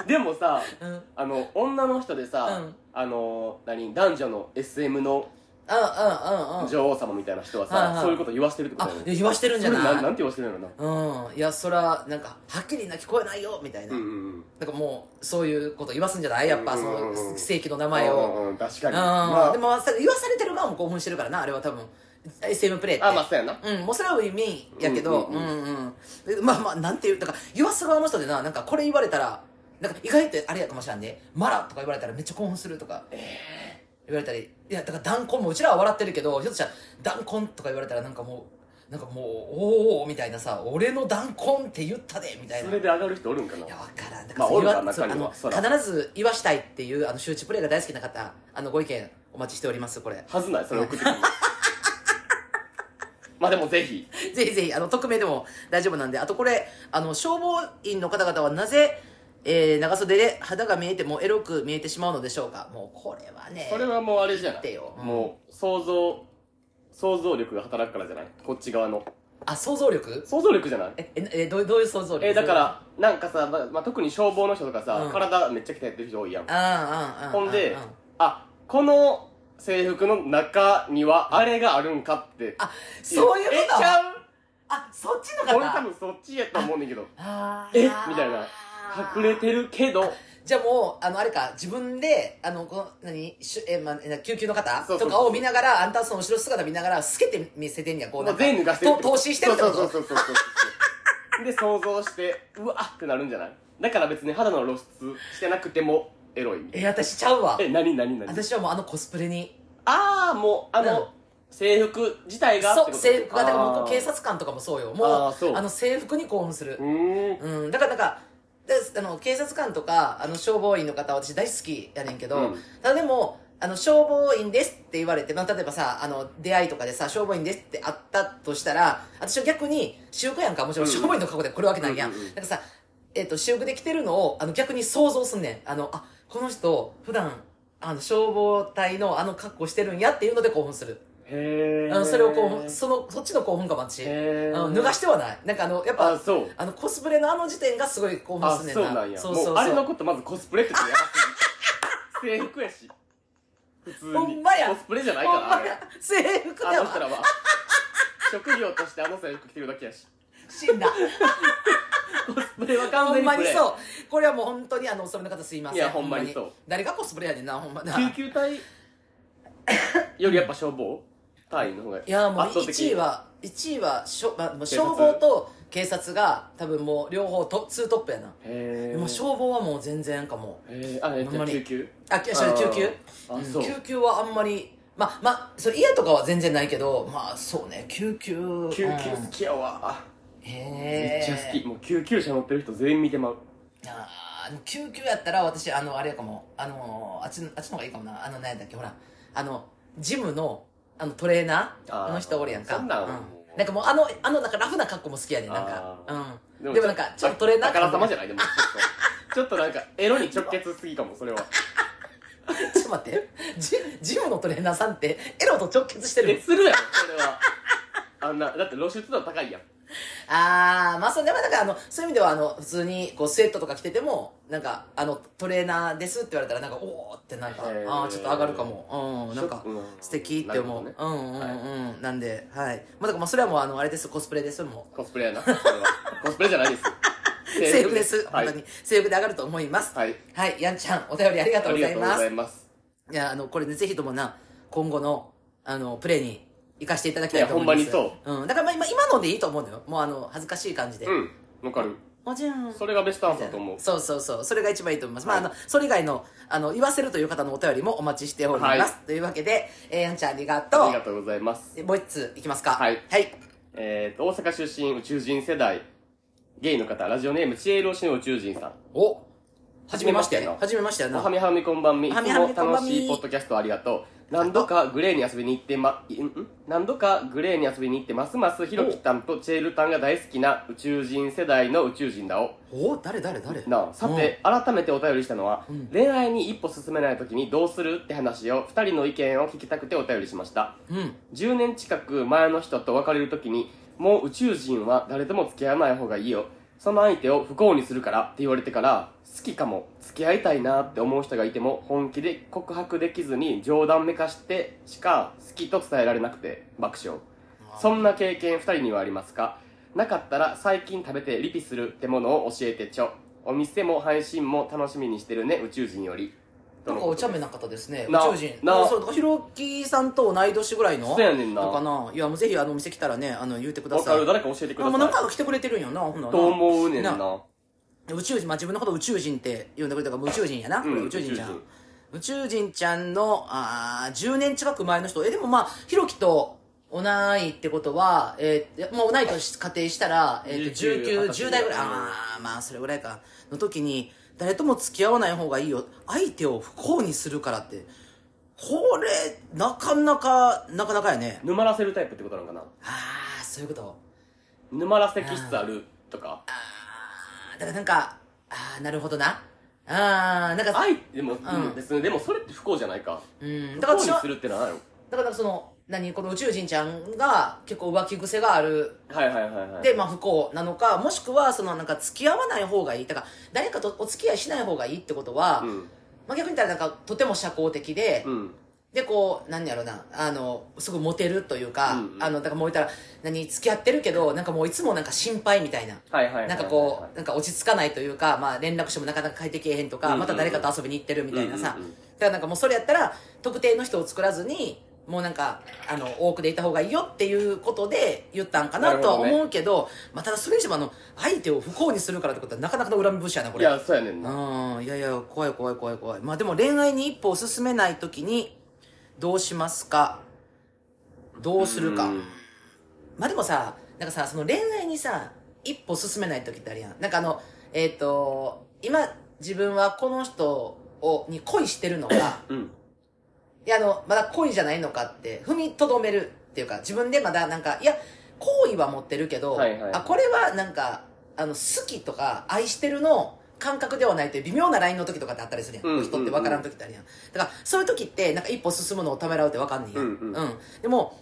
Speaker 2: でもさ
Speaker 1: うん。うんうん
Speaker 2: あの女の人でさ、
Speaker 1: うん
Speaker 2: あの何男女の SM の
Speaker 1: うんうん。
Speaker 2: 女王様みたいな人は
Speaker 1: はい
Speaker 2: さ、
Speaker 1: はい
Speaker 2: そういうこと言わしてるってこと
Speaker 1: あ
Speaker 2: だよ、ね
Speaker 1: 言わしてるんじ
Speaker 2: そ
Speaker 1: ゃ
Speaker 2: れな
Speaker 1: なんい
Speaker 2: なんて言わしてるのな
Speaker 1: うん。いや、そら、なんか、はっきりな聞こえないよ、みたいな。
Speaker 2: うんうんうん
Speaker 1: なんかもう、そういうこと言わすんじゃないやっぱ、
Speaker 2: うん
Speaker 1: そ
Speaker 2: うんうん
Speaker 1: の、正規の名前を。
Speaker 2: うんうん確か
Speaker 1: うん。
Speaker 2: にまあ
Speaker 1: でも、まあ言わされてる側も興奮してるからな、あれは多分。SM プレイって。
Speaker 2: あまあそうやな
Speaker 1: うん、もうそれはウィンウィンやけど、
Speaker 2: う
Speaker 1: うんん
Speaker 2: う
Speaker 1: うんん、でまあまあ、なんていう、だから、言わす側の人でな、なんかこれ言われたら、なんか意外とあれやかもしれんね。マラとか言われたらめっちゃ興奮するとか。言われたり。いや、だから弾痕もうちらは笑ってるけど、ひょっとしたら弾痕とか言われたらなんかもう、なんかもう、おーおーみたいなさ、俺の弾痕って言ったでみたいな。
Speaker 2: それで上がる人おるんかない
Speaker 1: や、わからん。だか
Speaker 2: ま
Speaker 1: ら
Speaker 2: あ
Speaker 1: そう言わ、
Speaker 2: おるか中には
Speaker 1: そう
Speaker 2: そ
Speaker 1: あ
Speaker 2: ら
Speaker 1: の、必ず言わしたいっていう、あの、周知プレイが大好きな方、あの、ご意見お待ちしております、これ。
Speaker 2: はずないそれ送っ てくるのまあでもぜひ
Speaker 1: ぜひぜひ、あの、匿名でも大丈夫なんで、あとこれ、あの、消防員の方々はなぜ、えー、長袖で肌が見えてもエロく見えてしまうのでしょうかもうこれはね。
Speaker 2: それはもうあれじゃな
Speaker 1: 言って
Speaker 2: い
Speaker 1: よ
Speaker 2: もう想像想像力が働くからじゃないこっち側の
Speaker 1: あ、想像力
Speaker 2: 想像力じゃない
Speaker 1: え、え、えどうどういう想像力
Speaker 2: えだか、らなんかさ、まあまあ、特に消防の人とかさ、
Speaker 1: うん
Speaker 2: 体めっちゃ鍛えてる人多いやん
Speaker 1: ああ、ああ、
Speaker 2: ほんで
Speaker 1: ああ
Speaker 2: あこの制服の中にはあれがあるんかって
Speaker 1: あ、そういう
Speaker 2: え
Speaker 1: こ
Speaker 2: ち
Speaker 1: と
Speaker 2: ゃう
Speaker 1: あ、そっちの
Speaker 2: 俺
Speaker 1: 方
Speaker 2: 多分そっちやと思うねんけど
Speaker 1: あ
Speaker 2: えみたいな
Speaker 1: あ
Speaker 2: 隠れてるけど
Speaker 1: じゃあもう、あの、あれか、自分で、あの、この、何、しゅえ、ま、えな救急の方
Speaker 2: そうそ
Speaker 1: と
Speaker 2: う
Speaker 1: かを見ながら、あんたその後ろ姿見ながら、透けて見せてんねや、こう、
Speaker 2: ま
Speaker 1: な
Speaker 2: あ
Speaker 1: んか、
Speaker 2: 全員脱がしてる
Speaker 1: と投資してるってこと
Speaker 2: そうそうそうそうそうそうで想像してうわってなるんじゃないだから別に肌の露出してなくてもエロいみたい
Speaker 1: え、私ちゃうわ
Speaker 2: な。え何何何
Speaker 1: 私はもうあのコスプレに、
Speaker 2: ああもうあの、
Speaker 1: うん
Speaker 2: 制服自体が
Speaker 1: そう、制服が、だからもうこう警
Speaker 2: 察
Speaker 1: 察官とかもそうよ。
Speaker 2: あー
Speaker 1: も
Speaker 2: そう
Speaker 1: う、あの、制服に興奮する
Speaker 2: う。ーん
Speaker 1: うん、だからなんか、であの警察官とかあの消防員の方私大好きやねんけど、
Speaker 2: うん
Speaker 1: ただでもあの消防員ですって言われて、まあ、例えばさあの出会いとかでさ消防員ですってあったとしたら私は逆に私服やんかもちろん
Speaker 2: うん
Speaker 1: 消防員の格好で来るわけないやん、
Speaker 2: うんうんうん
Speaker 1: なんかさ、えっと私服で来てるのをあの逆に想像すんねんあのあこの人普段あの消防隊のあの格好してるんやっていうので興奮する、
Speaker 2: へえ
Speaker 1: あのそれを興奮そのそっちの興奮感もあるし、
Speaker 2: へー
Speaker 1: あの脱がしてはないなんかあのやっぱ
Speaker 2: あそう
Speaker 1: あのコスプレのあの時点がすごい興奮
Speaker 2: あ
Speaker 1: すんねん
Speaker 2: そう
Speaker 1: な
Speaker 2: なんや
Speaker 1: そうそうそう
Speaker 2: もうあれのことまずコスプレって言ってやばすぎる制服やし普通に
Speaker 1: ほんまや
Speaker 2: コスプレじゃない
Speaker 1: ほ
Speaker 2: か
Speaker 1: ん
Speaker 2: らあ
Speaker 1: ま
Speaker 2: れ
Speaker 1: や制服
Speaker 2: あ
Speaker 1: だ
Speaker 2: の人
Speaker 1: わ
Speaker 2: らは 職業としてあの制服着てるだけやし
Speaker 1: 死 んだ
Speaker 2: コスプレは 完
Speaker 1: ほん
Speaker 2: 全に
Speaker 1: ま
Speaker 2: プ
Speaker 1: に
Speaker 2: レ
Speaker 1: そうこれはもう本当にあのお勤めの方すいません
Speaker 2: いやほんまにそう
Speaker 1: 誰がコスプレやねんなほんまな
Speaker 2: 救急隊よりやっぱ消防隊員の方が
Speaker 1: いやもう
Speaker 2: 圧倒的
Speaker 1: 1位は1位はしょ、まあ、もう
Speaker 2: 警察
Speaker 1: 消防と警察が多分もう両方とツートップやな
Speaker 2: へ
Speaker 1: で
Speaker 2: え
Speaker 1: も消防はもう全然かも
Speaker 2: えあえっ
Speaker 1: ほんま
Speaker 2: と
Speaker 1: に
Speaker 2: 救急
Speaker 1: あきそれ救急
Speaker 2: あーあ
Speaker 1: うん
Speaker 2: そう
Speaker 1: 救急はあんまりまあまあそれ家とかは全然ないけどまあそうね救急
Speaker 2: 救急
Speaker 1: うん
Speaker 2: 好きやわめ
Speaker 1: へえ
Speaker 2: っちゃ好きもう救急車乗ってる人全員見てまう
Speaker 1: あー救急やったら私あのあれやかもあのーあっちのあっちの方がいいかもなあの何やったっけほらあのジムのあのトレーナー
Speaker 2: あー
Speaker 1: あの人おるやんか
Speaker 2: そんなん
Speaker 1: うなんかもうあのあのなんかラフな格好も好きやねんなんかうんでもなんかちょっとトレーナー
Speaker 2: あからさまじゃないでもちょっとちょっとなんかエロに直結すぎかもそ れは
Speaker 1: ちょっと待ってジジムのトレーナーさんってエロと直結して
Speaker 2: え
Speaker 1: る
Speaker 2: するやろそれは あんなだって露出度高いやん
Speaker 1: ああまあそうでもなんかあのそういう意味ではあの普通にこうスウェットとか着ててもなんかあのトレーナーですって言われたらなんかおおってなんか
Speaker 2: へー
Speaker 1: ああちょっと上がるかもうんなんか
Speaker 2: うん
Speaker 1: 素敵って思う、
Speaker 2: なる
Speaker 1: う
Speaker 2: ほ
Speaker 1: ん
Speaker 2: どね
Speaker 1: うんうん、なんではいまあだからまあそれはもうあのあれですコスプレですそれも
Speaker 2: コスプレやなそれはコスプレじゃないです
Speaker 1: 制服です、
Speaker 2: はい
Speaker 1: 本当に制服で上がると思います
Speaker 2: はい
Speaker 1: はい、やんちゃんお便りありがとうございますい
Speaker 2: ます
Speaker 1: やあのこれねぜひともな今後のあのプレーに生かしていただきたいと思います
Speaker 2: いやほんまに
Speaker 1: そう、ん、だからまあ今今のでいいと思うのよもうあの恥ずかしい感じで、
Speaker 2: うんわかる
Speaker 1: もちろん
Speaker 2: それがベストアンサーと思う
Speaker 1: そうそうそうそれが一番いいと思います、
Speaker 2: はい
Speaker 1: まああのそれ以外のあの言わせるという方のお便りもお待ちしております、
Speaker 2: はい
Speaker 1: というわけで、えー、やんちゃんありがとう
Speaker 2: ありがとうございます
Speaker 1: でもう一ついきますか
Speaker 2: はい
Speaker 1: はい
Speaker 2: えーと大阪出身宇宙人世代ゲイの方ラジオネームチエロシの宇宙人さん
Speaker 1: おはじめまして
Speaker 2: は
Speaker 1: はじめましてやな。
Speaker 2: おはみはみこんばんみ。いつ
Speaker 1: はみは
Speaker 2: も
Speaker 1: みこんばん
Speaker 2: 楽
Speaker 1: み
Speaker 2: しいポッドキャストありがとう。何度かグレーに遊びに行っ てま、んん何度かグレーに遊びに行って、ますますひろきたんとチェールタンが大好きな宇宙人世代の宇宙人だお。
Speaker 1: お誰誰誰
Speaker 2: なあ、さて、改めてお便りしたのは、
Speaker 1: うん
Speaker 2: 恋愛に一歩進めない時にどうするって話を、二人の意見を聞きたくてお便りしました。
Speaker 1: うん。うん。
Speaker 2: 10年近く前の人と別れる時にもう宇宙人は誰とも付き合わない方がいいよその相手を不幸にするからって言われてから好きかも付き合いたいなって思う人がいても本気で告白できずに冗談めかしてしか好きと伝えられなくて爆笑そんな経験2人にはありますかなかったら最近食べてリピするってものを教えてちょお店も配信も楽しみにしてるね宇宙人より
Speaker 1: なんかお茶目な方ですね。宇
Speaker 2: な
Speaker 1: 宙人。
Speaker 2: な
Speaker 1: あそう、だからひろきさんと同い年ぐらいの
Speaker 2: そうやねんな
Speaker 1: のかな。いや、もうぜひあのお店来たらね、あの、言うてくだ
Speaker 2: わ
Speaker 1: さ
Speaker 2: か
Speaker 1: い。
Speaker 2: る誰か教えてくだ
Speaker 1: あもう何
Speaker 2: さ
Speaker 1: 回か来てくれてるんよな、ほんないら
Speaker 2: と思うねんな
Speaker 1: な宇宙人、まあ自分のこと宇宙人って呼んでくれたから、もう宇宙人やな。これ
Speaker 2: うん
Speaker 1: 宇宙人ちゃ
Speaker 2: 宇宙
Speaker 1: ん。宇宙人ちゃんの、あー10年近く前の人。え、でもまあ、ひろきと、同いってことは、えーいやもう同い年仮定したら、えー、と
Speaker 2: 19
Speaker 1: 19、10代ぐらい、
Speaker 2: うん
Speaker 1: あーまあ、それぐらいか、の時に、誰とも付き合わない方がいいよ。相手を不幸にするからって。これ、なかなか、なかなかやね。
Speaker 2: 沼らせるタイプってことなのかな
Speaker 1: ああ、そういうこと。
Speaker 2: 沼らせ気質あるとか
Speaker 1: あーだからなんか、ああ、なるほどな。ああ、なんか、
Speaker 2: 愛でも、
Speaker 1: ん
Speaker 2: 別にでもそれって不幸じゃないか
Speaker 1: うん、
Speaker 2: 不
Speaker 1: だから私
Speaker 2: 幸に
Speaker 1: は
Speaker 2: す、るってのはないの
Speaker 1: だからその、何、この宇宙人ちゃんが結構浮気癖がある。
Speaker 2: はいはいはいはい
Speaker 1: で、まあ不幸なのか、もしくはそのなんか付き合わない方がいい。だから誰かとお付き合いしない方がいいってことは、
Speaker 2: うん
Speaker 1: まあ逆に言ったらなんかとても社交的で、
Speaker 2: うん
Speaker 1: でこう何やろなあのすごいモテるというか、
Speaker 2: うんうん
Speaker 1: あのだからもう言ったら何付き合ってるけどなんかもういつもなんか心配みたいな
Speaker 2: はいはいはいはい
Speaker 1: なんかこうなんか落ち着かないというか、まあ、連絡してもなかなか帰ってけえへんとか、
Speaker 2: うんうんう
Speaker 1: ま
Speaker 2: ん
Speaker 1: た誰かと遊びに行ってるみたいなさ、
Speaker 2: うんうんうん
Speaker 1: だからなんかもうそれやったら特定の人を作らずにもうなんかあの多くでいた方がいいよっていうことで言ったんかなとは
Speaker 2: なるほどね
Speaker 1: 思うけどまあ、ただそれにしてもあの相手を不幸にするからってことはなかなかの恨み節やなこ
Speaker 2: い
Speaker 1: れ
Speaker 2: やそうやねんな
Speaker 1: うんいやいや怖い怖い怖い怖いまあでも恋愛に一歩を進めない時にどうしますかどうするか
Speaker 2: うん
Speaker 1: まあでもさなんかさその恋愛にさ一歩進めない時ってあるやんなんかあのえっ、と今自分はこの人をに恋してるのか
Speaker 2: うん
Speaker 1: いやあのまだ恋じゃないのかって踏みとどめるっていうか自分でまだなんかいや好意は持ってるけど、
Speaker 2: はいはい
Speaker 1: あこれはなんかあの好きとか愛してるの感覚ではないという微妙なラインの時とかってあったりするやん、
Speaker 2: うん
Speaker 1: 人って分からん時ってあるやんだからそういう時ってなんか一歩進むのをためらうって分かんねえや
Speaker 2: うんうん
Speaker 1: でも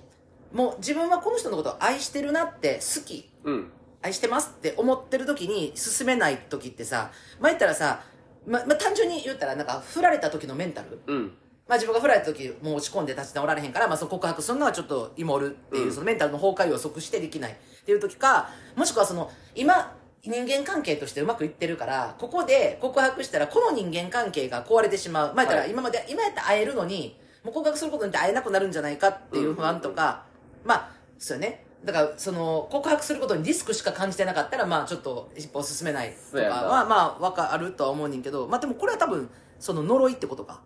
Speaker 1: もう自分はこの人のことを愛してるなって好き
Speaker 2: うん
Speaker 1: 愛してますって思ってる時に進めない時ってさ前言ったらさま、ま単純に言ったらなんか振られた時のメンタル、
Speaker 2: うん
Speaker 1: まあ自分が振られた時もう落ち込んで立ち直られへんから、まあ、その告白するのはちょっとイモるっていう、
Speaker 2: うん
Speaker 1: そのメンタルの崩壊を予測してできないっていう時かもしくはその今人間関係としてうまくいってるからここで告白したらこの人間関係が壊れてしまう前から、
Speaker 2: はい
Speaker 1: 今まで今やったら会えるのにもう告白することによって会えなくなるんじゃないかっていう不安とか、まあそうよねだからその告白することにリスクしか感じてなかったらまあちょっと一歩進めないと
Speaker 2: そう
Speaker 1: か
Speaker 2: やな
Speaker 1: はまあわかるとは思うねんけどまあでもこれは多分その呪いってことか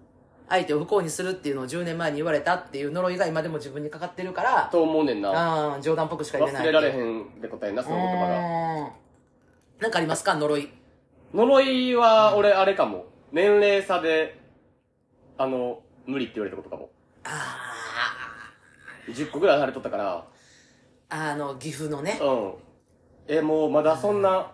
Speaker 1: 相手を不幸にするっていうのを10年前に言われたっていう呪いが今でも自分にかかってるから
Speaker 2: と思うねんな
Speaker 1: あー冗談っぽくしか言えない
Speaker 2: 忘れられへんって答えなその言葉が
Speaker 1: うーんなんかありますか呪い
Speaker 2: 呪いは俺あれかも年齢差であの無理って言われたことかも
Speaker 1: あ
Speaker 2: 10個ぐらい離れとったから
Speaker 1: ああの岐阜のね
Speaker 2: うんえもうまだそんな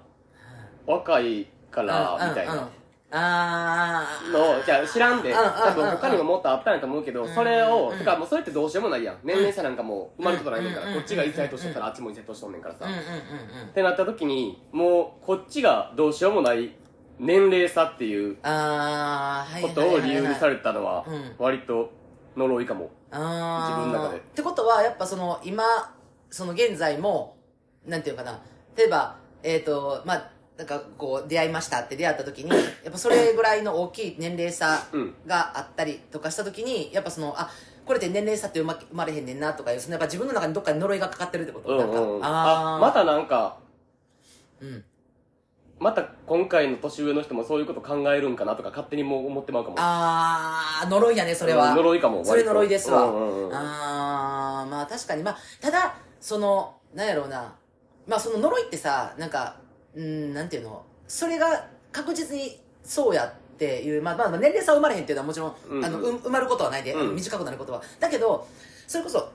Speaker 2: 若いか
Speaker 1: う
Speaker 2: らみたいな
Speaker 1: あー
Speaker 2: のじゃあ知らんで
Speaker 1: うんうんうんうん
Speaker 2: 多分他にももっとあったんやと思うけど
Speaker 1: ん
Speaker 2: それを
Speaker 1: うん
Speaker 2: てかもうそれってどうしようもないやん年齢差なんかもう生まれることないねんか
Speaker 1: う
Speaker 2: ら
Speaker 1: ん
Speaker 2: こっちが1歳年取ったらあっちも1歳年取んねんからさ
Speaker 1: うんうんうんうん
Speaker 2: ってなった時にもうこっちがどうしようもない年齢差っていう
Speaker 1: ああはい
Speaker 2: こ
Speaker 1: はい
Speaker 2: とを理由にさ
Speaker 1: れ
Speaker 2: れたのは
Speaker 1: うん
Speaker 2: 割と呪いかも
Speaker 1: 自
Speaker 2: 自分の中で
Speaker 1: ってことはやっぱその今その現在もなんていうかな例えばえっ、とまあなんかこう出会いましたって出会った時にやっぱそれぐらいの大きい年齢差
Speaker 2: うん
Speaker 1: があったりとかした時にやっぱそのあこれって年齢差って生ま生まれへんねんなとかいうそのやっぱ自分の中にどっかに呪いがかかってるってこと、
Speaker 2: うんう
Speaker 1: なん
Speaker 2: うん
Speaker 1: か
Speaker 2: あ
Speaker 1: ー
Speaker 2: またなんか
Speaker 1: うん
Speaker 2: また今回の年上の人もそういうこと考えるんかなとか勝手にもう思ってまうかも
Speaker 1: あー呪いやねそれは、
Speaker 2: うん呪いかも割と
Speaker 1: それ呪いですわ、
Speaker 2: うんうんうん
Speaker 1: ああまあ確かにまあただそのなんやろうなまあその呪いってさなんかうんなんていうのそれが確実にそうやっていう、まあ、まあまあ年齢差は生まれへんっていうのはもちろん、
Speaker 2: うんうん
Speaker 1: あのう埋まることはないで、あの
Speaker 2: うん
Speaker 1: 短くなることはだけどそれこそ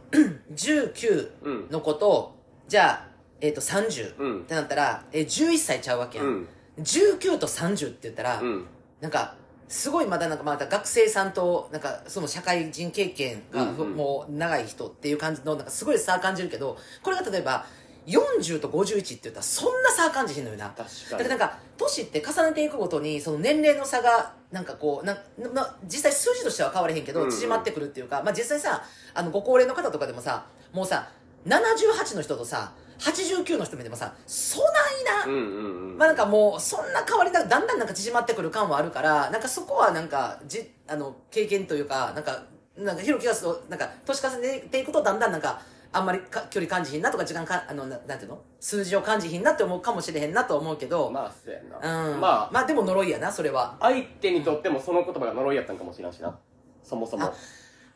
Speaker 2: う
Speaker 1: 19
Speaker 2: ん
Speaker 1: のことをじゃあ、えー、と30、
Speaker 2: うん
Speaker 1: ってなったら、えー11歳ちゃうわけやん、
Speaker 2: うん
Speaker 1: 19と30って言ったら、
Speaker 2: うん
Speaker 1: なんかすごいまだなんかまだ学生さんとなんかその社会人経験が
Speaker 2: うんうん
Speaker 1: もう長い人っていう感じのなんかすごい差感じるけどこれが例えば40と51って言ったらそんな差感じへんのよなだか
Speaker 2: 確
Speaker 1: らな
Speaker 2: か
Speaker 1: ん
Speaker 2: に
Speaker 1: か年って重ねていくごとにその年齢の差がなんかこうなんな実際数字としては変われへんけ
Speaker 2: うん
Speaker 1: ど
Speaker 2: うん
Speaker 1: 縮まってくるっていうか、まあ、実際さあのご高齢の方とかでもさもうさ78の人とさ89の人見てもさそないな
Speaker 2: うんうんうん
Speaker 1: まあなんかもうそんな変わりなくだんだんなんか縮まってくる感はあるからなんかそこはなんかじあの経験というかなんかなんか広きがすとなんか年重ねていくとだんだんなんかあんまりか距離感じひんなとか時間かあのななんていうの数字を感じひんなって思うかもしれへんなと思うけど、
Speaker 2: まあそうやな
Speaker 1: うん
Speaker 2: まあ
Speaker 1: でも呪いやなそれは
Speaker 2: 相手にとってもその言葉が呪いやったんかもしれんしなそもそも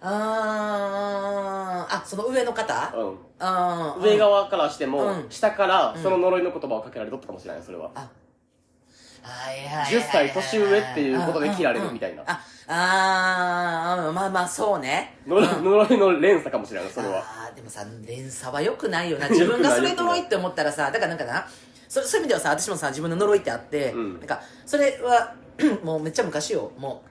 Speaker 1: あーあその上の方
Speaker 2: う
Speaker 1: あ
Speaker 2: ん
Speaker 1: ー
Speaker 2: 上側からしても、
Speaker 1: うん
Speaker 2: 下からその呪いの言葉をかけられとったかもしれないそれは、
Speaker 1: あはいはいはいはい
Speaker 2: 10歳年上っていうことで切られるみたいな
Speaker 1: うんうんうんああーまあまあそうね
Speaker 2: 呪い呪いの連鎖かもしれないそれは
Speaker 1: あーでもさ連鎖は良くないよな自分がそれ呪いって思ったら さだからなんかなそそういう意味ではさ私もさ自分の呪いってあって、
Speaker 2: うん
Speaker 1: なんかそれは もうめっちゃ昔よも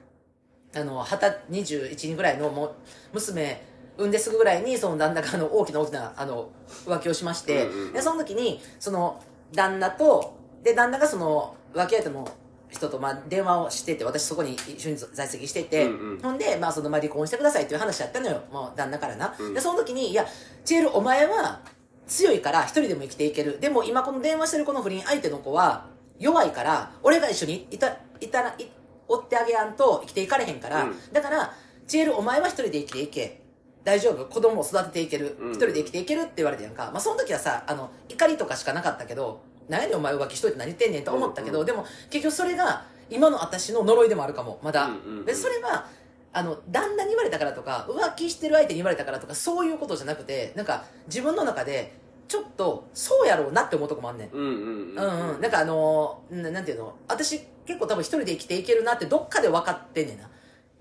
Speaker 1: うあの二十21人ぐらいのもう娘産んですぐぐらいにその旦那があの大きな大きなあの浮気をしまして、
Speaker 2: うんうんうん
Speaker 1: でその時にその旦那とで旦那がその浮気相手の人とまあ電話をしてて私そこに一緒に在籍してて、
Speaker 2: うんうん
Speaker 1: ほんで、まあそのまあ、離婚してくださいっていう話やったのよもう旦那からな、
Speaker 2: うん
Speaker 1: でその時に「いやチエルお前は強いから一人でも生きていけるでも今この電話してるこの不倫相手の子は弱いから俺が一緒にいたいたらい追ってあげやんと生きていかれへんから、
Speaker 2: うん
Speaker 1: だからチエルお前は一人で生きていけ大丈夫子供を育てていける
Speaker 2: うん
Speaker 1: 一人で生きていけるって言われてやんか、まあ、その時はさあの怒りとかしかなかったけど何やねんお前浮気しといて何言ってんねんと思ったけど、
Speaker 2: うんうん
Speaker 1: でも結局それが今の私の呪いでもあるかもまだ、
Speaker 2: うんうんうん
Speaker 1: でそれはあの旦那に言われたからとか浮気してる相手に言われたからとかそういうことじゃなくてなんか自分の中でちょっとそうやろうなって思うとこもあんねん
Speaker 2: うんうん
Speaker 1: うんうん、なんかあのーななんていうの私結構多分一人で生きていけるなってどっかで分かってんねんな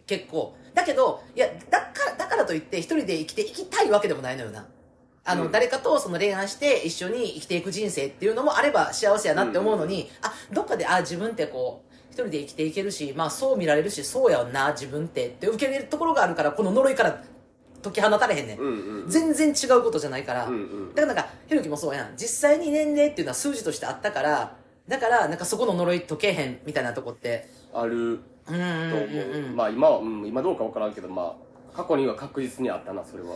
Speaker 1: 結構だけどいやだからだからといって一人で生きていきたいわけでもないのよなあの、
Speaker 2: うん
Speaker 1: 誰かとその恋愛して一緒に生きていく人生っていうのもあれば幸せやなって思うのに、あどっかであ自分ってこう一人で生きていけるしまあそう見られるしそうやんな自分ってって受け入れるところがあるからこの呪いから解き放たれへんねん、
Speaker 2: うんうん
Speaker 1: 全然違うことじゃないから、
Speaker 2: うんうん
Speaker 1: だからなんか、ひろきもそうやん。実際に年齢っていうのは数字としてあったから、だから、なんかそこの呪い解けへんみたいなとこって。
Speaker 2: ある
Speaker 1: うんうん
Speaker 2: と
Speaker 1: うん
Speaker 2: 思う、
Speaker 1: うん。
Speaker 2: まあ今は、うん、今どうか分からんけどまあ過去には確実にあったなそれは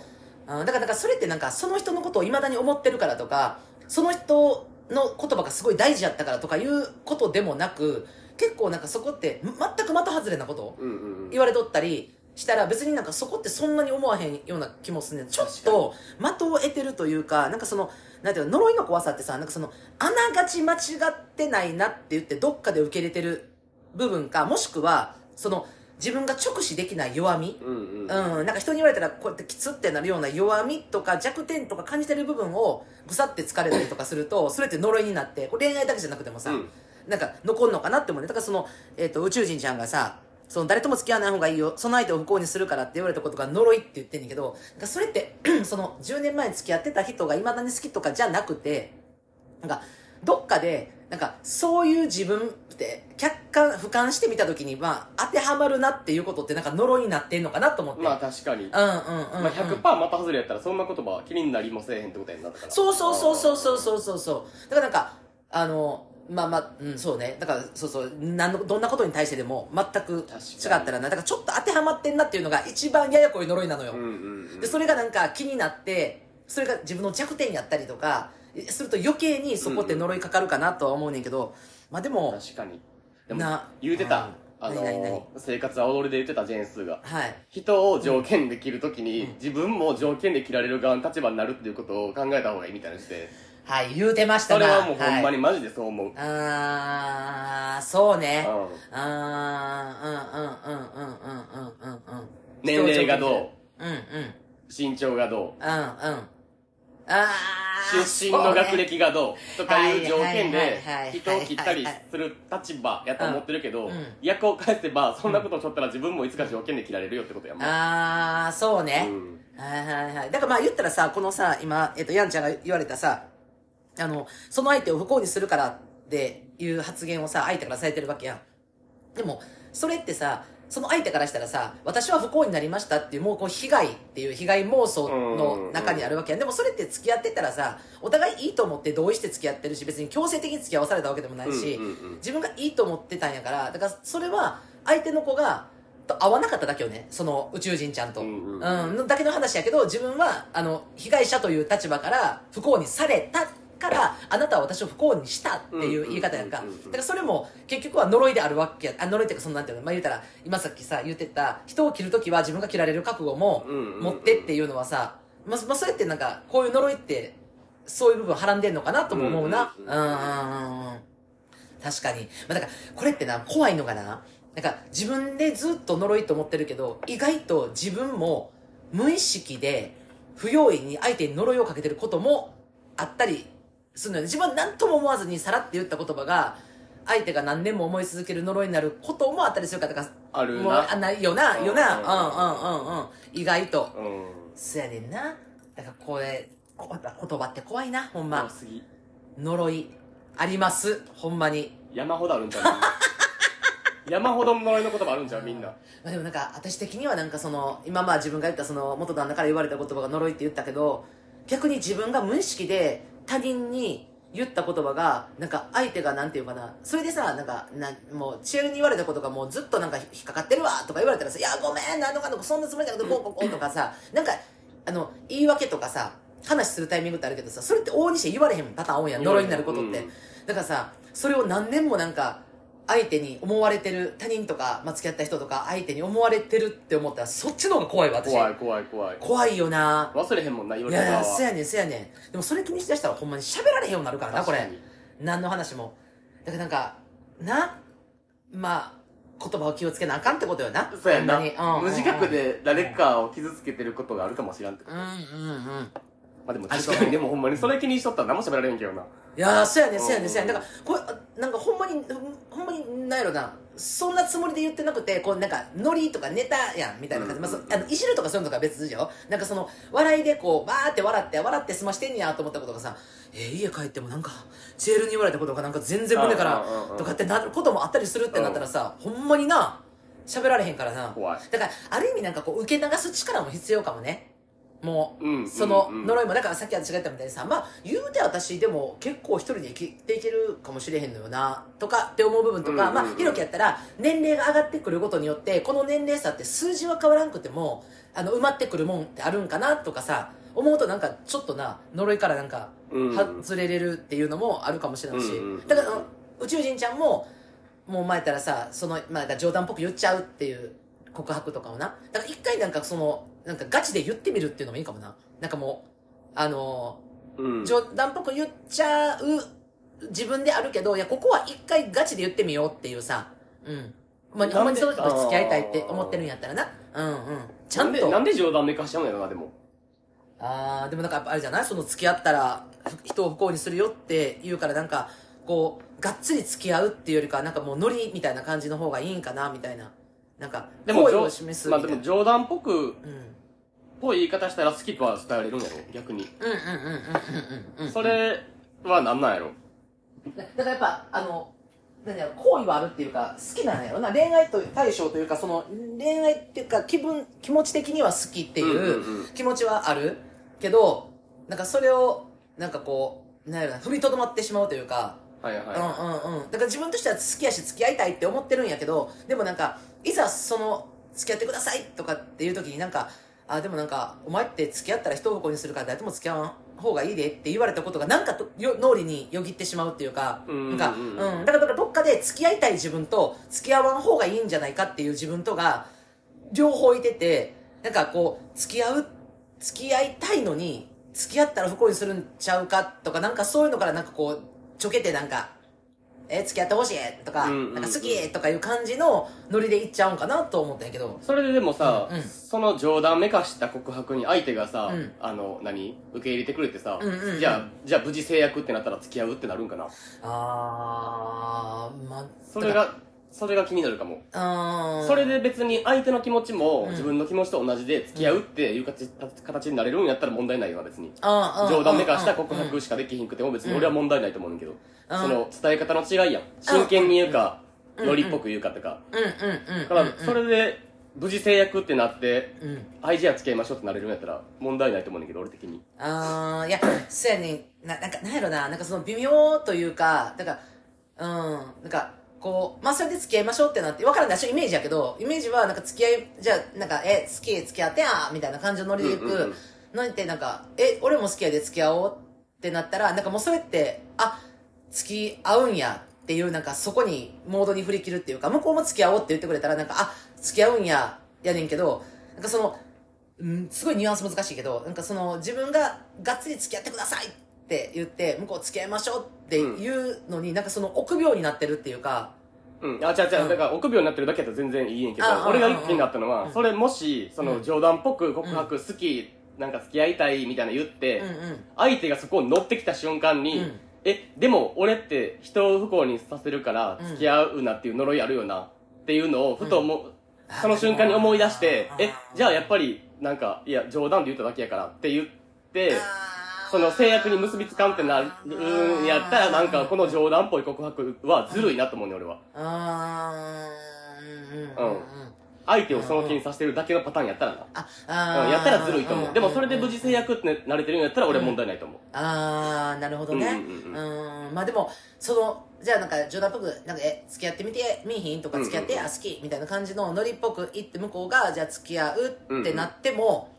Speaker 1: うんだから、なんかそれってなんか、その人のことを未だに思ってるからとか、その人の言葉がすごい大事やったからとかいうことでもなく、結構なんかそこって、全く的外れなこと
Speaker 2: うんうんうん
Speaker 1: 言われとったりしたら別になんかそこってそんなに思わへんような気もするねんちょっと的を得てるというかなんかそのなんていうの呪いの怖さってさなんかそのあながち間違ってないなって言ってどっかで受け入れてる部分かもしくはその自分が直視できない弱み
Speaker 2: うんうん
Speaker 1: うん、なんか人に言われたらこうやってきつってなるような弱みとか弱点とか感じてる部分をぐさって疲れたりとかするとそれって呪いになってこれ恋愛だけじゃなくてもさ、
Speaker 2: うん
Speaker 1: なんか残んのかなって思うねだからその、えっと宇宙人ちゃんがさその誰とも付き合わない方がいいよその相手を不幸にするからって言われたことが呪いって言ってんねんけどなんかそれって その10年前に付き合ってた人がいまだに好きとかじゃなくてなんかどっかでなんかそういう自分って客観俯瞰してみた時にまあ当てはまるなっていうことってなんか呪いになってんのかなと思って、
Speaker 2: まあ確かに、
Speaker 1: うんうんうん、うん
Speaker 2: まあ、100%的外れやったらそんな言葉は気になりもせえへんってことやんなだから
Speaker 1: そうそうそうそうそうそうそうそうだからなんかあのまあまあ、うん、そうねだからそうそうなんのどんなことに対してでも全く違ったらなだからちょっと当てはまってんなっていうのが一番ややこい呪いなのよ、
Speaker 2: うんうんうん
Speaker 1: でそれがなんか気になってそれが自分の弱点やったりとかすると余計にそこって呪いかかるかなとは思うねんけど、まあでも
Speaker 2: 確かにでも
Speaker 1: な
Speaker 2: 言うて
Speaker 1: うん
Speaker 2: たあの
Speaker 1: 何何何
Speaker 2: 生活は踊りで言ってたジェーンスーが
Speaker 1: はい
Speaker 2: 人を条件で切るときに、自分も条件で切られる側の立場になるっていうことを考えた方がいいみたいにして
Speaker 1: はい言うてました
Speaker 2: それ
Speaker 1: な
Speaker 2: はもうほんま
Speaker 1: はい
Speaker 2: にマジでそう思う、
Speaker 1: あーそうね、
Speaker 2: うん
Speaker 1: あーうんうんうんうんうんうんうんうん
Speaker 2: 年齢がど
Speaker 1: ううんうん
Speaker 2: う身長がどう
Speaker 1: うんうんああー
Speaker 2: 出身の学歴がどうとかいう条件
Speaker 1: はい
Speaker 2: で
Speaker 1: はいはいはいはい
Speaker 2: 人を切ったりする立場やと思ってるけど、
Speaker 1: うんうん
Speaker 2: 役を返せばそんなことをしとったら自分もいつか条件で切られるよってことやもん、
Speaker 1: ああそうね、
Speaker 2: うん
Speaker 1: はいはいはいだからまあ言ったらさこのさ今、えっとヤンちゃんが言われたさあのその相手を不幸にするからっていう発言をさ相手からされてるわけやんでもそれってさその相手からしたらさ私は不幸になりましたっていうもうこう被害っていう被害妄想の中にあるわけやんでもそれって付き合ってたらさお互いいいと思って同意して付き合ってるし別に強制的に付き合わされたわけでもないし、
Speaker 2: うんうん
Speaker 1: 自分がいいと思ってたんやからだからそれは相手の子がと合わなかっただけよねその宇宙人ちゃんと、
Speaker 2: う
Speaker 1: うんん
Speaker 2: うん
Speaker 1: だけの話やけど自分はあの被害者という立場から不幸にされたからあなたは私を不幸にしたっていう言い方やんか
Speaker 2: うんうんうんうんうん
Speaker 1: だからそれも結局は呪いであるわけやあ呪いっていうかそのなんていうの、まあ、言うたら今さっきさ言ってた人を切るときは自分が切られる覚悟も
Speaker 2: うんうんうん
Speaker 1: 持ってっていうのはさ、まあまあ、それってなんかこういう呪いってそういう部分はらんでんのかなとも思うな
Speaker 2: う
Speaker 1: うんん
Speaker 2: う
Speaker 1: うんん
Speaker 2: う
Speaker 1: うんんうんうん確かに。まあ、だから、これってな、怖いのがな、なんか、自分でずっと呪いと思ってるけど、意外と自分も無意識で、不用意に相手に呪いをかけてることもあったりするのよね。自分は何とも思わずにさらって言った言葉が、相手が何年も思い続ける呪いになることもあったりするから、だか
Speaker 2: あ
Speaker 1: ら、
Speaker 2: る
Speaker 1: もう、あ
Speaker 2: な
Speaker 1: ないよな、よな、
Speaker 2: う
Speaker 1: うんうんうんうん。意外と。
Speaker 2: うん
Speaker 1: そやねんな。だから、これ、こ言葉って怖いな、ほん
Speaker 2: 多
Speaker 1: ま。
Speaker 2: すぎ
Speaker 1: 呪い、あります、ほんまに。
Speaker 2: 山ほどあるんち ゃう山ほど呪いの言葉あるんちゃうみんな
Speaker 1: まあ、でもなんか私的にはなんかその今まあ自分が言ったその元旦那から言われた言葉が呪いって言ったけど逆に自分が無意識で他人に言った言葉がなんか相手がなんていうかなそれでさなんかなんもう千恵に言われたことがもうずっとなんか引っかかってるわとか言われたらさ「いやごめんなんとかのそんなつもりじゃなくてこうこうこう」とかさなんかあの言い訳とかさ話するタイミングってあるけどさそれって往々にして言われへんパターン多いやん呪いになることって、
Speaker 2: うん
Speaker 1: だからさそれを何年もなんか相手に思われてる他人とか、まあ、付き合った人とか相手に思われてるって思ったらそっちの方が怖いわ私
Speaker 2: 怖い怖い怖い
Speaker 1: 怖いよな
Speaker 2: 忘れへんもんな言わ
Speaker 1: い
Speaker 2: れ
Speaker 1: やい
Speaker 2: た
Speaker 1: や
Speaker 2: わ
Speaker 1: そうやねんそうやねんでもそれ気にしだしたらほんまに喋られへんようになるからなこれ
Speaker 2: 確かに
Speaker 1: 何の話もだからなんかなまあ言葉を気をつけなあかんってことよな
Speaker 2: そうやんな、
Speaker 1: ほんまにうん
Speaker 2: 無自覚で誰かを傷つけてることがあるかもしらんってこ
Speaker 1: う
Speaker 2: と、
Speaker 1: んうんうん
Speaker 2: まあでも
Speaker 1: あ
Speaker 2: 確
Speaker 1: そう
Speaker 2: かにでもほんまにそれ気にしとったら何も喋られへんけどない
Speaker 1: やーそうやねそうや
Speaker 2: う
Speaker 1: ね
Speaker 2: ん
Speaker 1: そうやねだからこれあなんかほんまにほんまになんやろなそんなつもりで言ってなくてこうなんかノリとかネタやんみたいな感じ、まあそ
Speaker 2: うん
Speaker 1: あのいじるとかそういうのとか別でしょなんかその笑いでこうバーって笑って笑って済ましてんやと思ったことがさ、えー家帰ってもなんかチエルに言われたことがなんか全然胸か
Speaker 2: うんうんうんう
Speaker 1: ら
Speaker 2: ん
Speaker 1: とかってなることもあったりするってなったらさ、ほんまにな喋られへんからな
Speaker 2: 怖い
Speaker 1: だからある意味なんかこう受け流す力も必要かもねもう、
Speaker 2: うん
Speaker 1: その
Speaker 2: うんうん
Speaker 1: 呪いもだからさっき私が言ったみたいにさまあ言うて私でも結構一人で生きていけるかもしれへんのよなとかって思う部分とか、
Speaker 2: うん
Speaker 1: ま
Speaker 2: うん
Speaker 1: あ
Speaker 2: うん
Speaker 1: ひろきやったら年齢が上がってくることによってこの年齢差って数字は変わらんくてもあの埋まってくるもんってあるんかなとかさ思うとなんかちょっとな呪いからなんか
Speaker 2: うん
Speaker 1: 外れれるっていうのもあるかもしれないし、
Speaker 2: うんうん
Speaker 1: だからあの宇宙人ちゃんももう前からさその、まあ、だから冗談っぽく言っちゃうっていう告白とかをなだから一回なんかそのなんかガチで言ってみるっていうのもいいかもななんかもうあの
Speaker 2: うん
Speaker 1: ー冗談っぽく言っちゃう自分であるけどいやここは一回ガチで言ってみようっていうさうんまあ、ほんまにその人と付き合いたいって思ってるんやったらなうんうんちゃん
Speaker 2: なんでな
Speaker 1: と
Speaker 2: んで冗談めかしちゃうんやろなでも
Speaker 1: ああでもなんかやっぱあれじゃないその付き合ったら人を不幸にするよって言うからなんかこうがっつり付き合うっていうよりかはなんかもうノリみたいな感じの方がいいんかなみたいななんか
Speaker 2: でも
Speaker 1: 好意
Speaker 2: じょ
Speaker 1: を示すみ
Speaker 2: ま
Speaker 1: た
Speaker 2: あ
Speaker 1: い
Speaker 2: で
Speaker 1: な、
Speaker 2: も冗談っぽく
Speaker 1: うん、
Speaker 2: ぽい言い方したら好きとは伝えれるんやろ逆に
Speaker 1: うんうんうんうんうんうんうん
Speaker 2: それはなんなんやろ
Speaker 1: だからやっぱあのなんだろう好意はあるっていうか好きなんやろな恋愛と対象というかその恋愛っていうか気分気持ち的には好きっていう,、
Speaker 2: うんうんうん
Speaker 1: 気持ちはあるけどなんかそれをなんかこうなんやろな踏みとどまってしまうというか
Speaker 2: はいはい、
Speaker 1: うんうんうんだから自分としては好きやし付き合いたいって思ってるんやけどでもなんかいざその付き合ってくださいとかっていう時になんかあでもなんかお前って付き合ったら人をこにするから誰とも付き合わん方がいいでって言われたことがなんかとよ脳裏によぎってしまうっていうか
Speaker 2: うんうん
Speaker 1: な
Speaker 2: うん
Speaker 1: んかうんだからだからどっかで付き合いたい自分と付き合わん方がいいんじゃないかっていう自分とが両方いててなんかこう付き合う付き合いたいのに付き合ったら不幸にするんちゃうかとかなんかそういうのからなんかこうちょけてなんかえ付き合ってほしいとか,、
Speaker 2: うんうんうん
Speaker 1: なんか好きとかいう感じのノリでいっちゃうんかなと思ったんやけど
Speaker 2: それででもさ、
Speaker 1: うんうん
Speaker 2: その冗談めかした告白に相手がさ、
Speaker 1: うん
Speaker 2: あの何受け入れてくれてさ、
Speaker 1: うんうんうん
Speaker 2: じゃあじゃあ無事制約ってなったら付き合うってなるんかな
Speaker 1: あーまあ
Speaker 2: それがそれが気になるかも、
Speaker 1: あー
Speaker 2: それで別に相手の気持ちも、
Speaker 1: うん
Speaker 2: 自分の気持ちと同じで付き合うっていう形,、形になれるんやったら問題ないよな別に
Speaker 1: あーあー
Speaker 2: 冗談めかした
Speaker 1: あー
Speaker 2: 告白しかできひんくても別に
Speaker 1: うん
Speaker 2: 俺は問題ないと思うんだけど、
Speaker 1: ん
Speaker 2: その伝え方の違いやん真剣に言うか
Speaker 1: うん
Speaker 2: よりっぽく言うかとか、
Speaker 1: うんうんうん
Speaker 2: だからそれで無事制約ってなって
Speaker 1: うん、うん
Speaker 2: はいじゃあ付き合いましょうってなれるんやったら問題ないと思うんだけど俺的に
Speaker 1: あーいや、そうやねん。な、なんか、なんやろな、なんかその微妙というか、だから、うん、なんか、こう、まあ、それで付き合いましょうってなって、わからない、私イメージやけど、イメージは、なんか付き合い、じゃあ、なんか、え、好き、付き合ってやみたいな感じのノリでい
Speaker 2: うんうんうん
Speaker 1: くのにって、なんか、え、俺も好きやで付き合おうってなったら、なんかもうそれって、あ、付き合うんやっていう、なんかそこに、モードに振り切るっていうか、向こうも付き合おうって言ってくれたら、なんか、あ、付き合うんや、やねんけど、なんかその、うん、すごいニュアンス難しいけど、なんかその自分ががっつり付き合ってくださいって言って、向こう付き合いましょうっていうのに、なんかその臆病になってるっていうか、
Speaker 2: うん、あ、違う違う、
Speaker 1: うん
Speaker 2: だから臆病になってるだけだったら全然いいんやけ
Speaker 1: あ
Speaker 2: ど、
Speaker 1: うん
Speaker 2: 俺が気になったの
Speaker 1: う
Speaker 2: は
Speaker 1: ん、
Speaker 2: それもし、その冗談っぽく告白好き、なんか付き合いたいみたいな言っ
Speaker 1: う
Speaker 2: て
Speaker 1: んう、ん。
Speaker 2: 相手がそこに乗ってきた瞬間に
Speaker 1: うん、
Speaker 2: え、でも俺って人を不幸にさせるから
Speaker 1: うん
Speaker 2: 付き合うなっていう呪いあるよなっていうのを、ふと思う、その瞬間に思い出して
Speaker 1: あ、ー
Speaker 2: え、じゃあやっぱり、なんか、いや、冗談で言っただけやからって言って、
Speaker 1: あー
Speaker 2: その制約に結びつかんってなるんやったら、なんかこの冗談っぽい告白はずるいなと思うね、俺は。
Speaker 1: あーうんうんうんうん。
Speaker 2: 相手を送金させてるだけのパターンやったらな
Speaker 1: あ
Speaker 2: う
Speaker 1: あ
Speaker 2: ん
Speaker 1: ー
Speaker 2: やったらずるいと思う。でもそれで
Speaker 1: うん
Speaker 2: 無事制約って慣れてるんやったら俺は問題ないと思う。
Speaker 1: ああなるほどね
Speaker 2: う
Speaker 1: うんん
Speaker 2: うん
Speaker 1: んまあでもそのじゃあなんか冗談っぽくなんかえ付き合ってみてみいひんとか
Speaker 2: うんうん
Speaker 1: 付き合って、あ好きみたいな感じのノリっぽく言って向こうがじゃあ付き合うってなっても、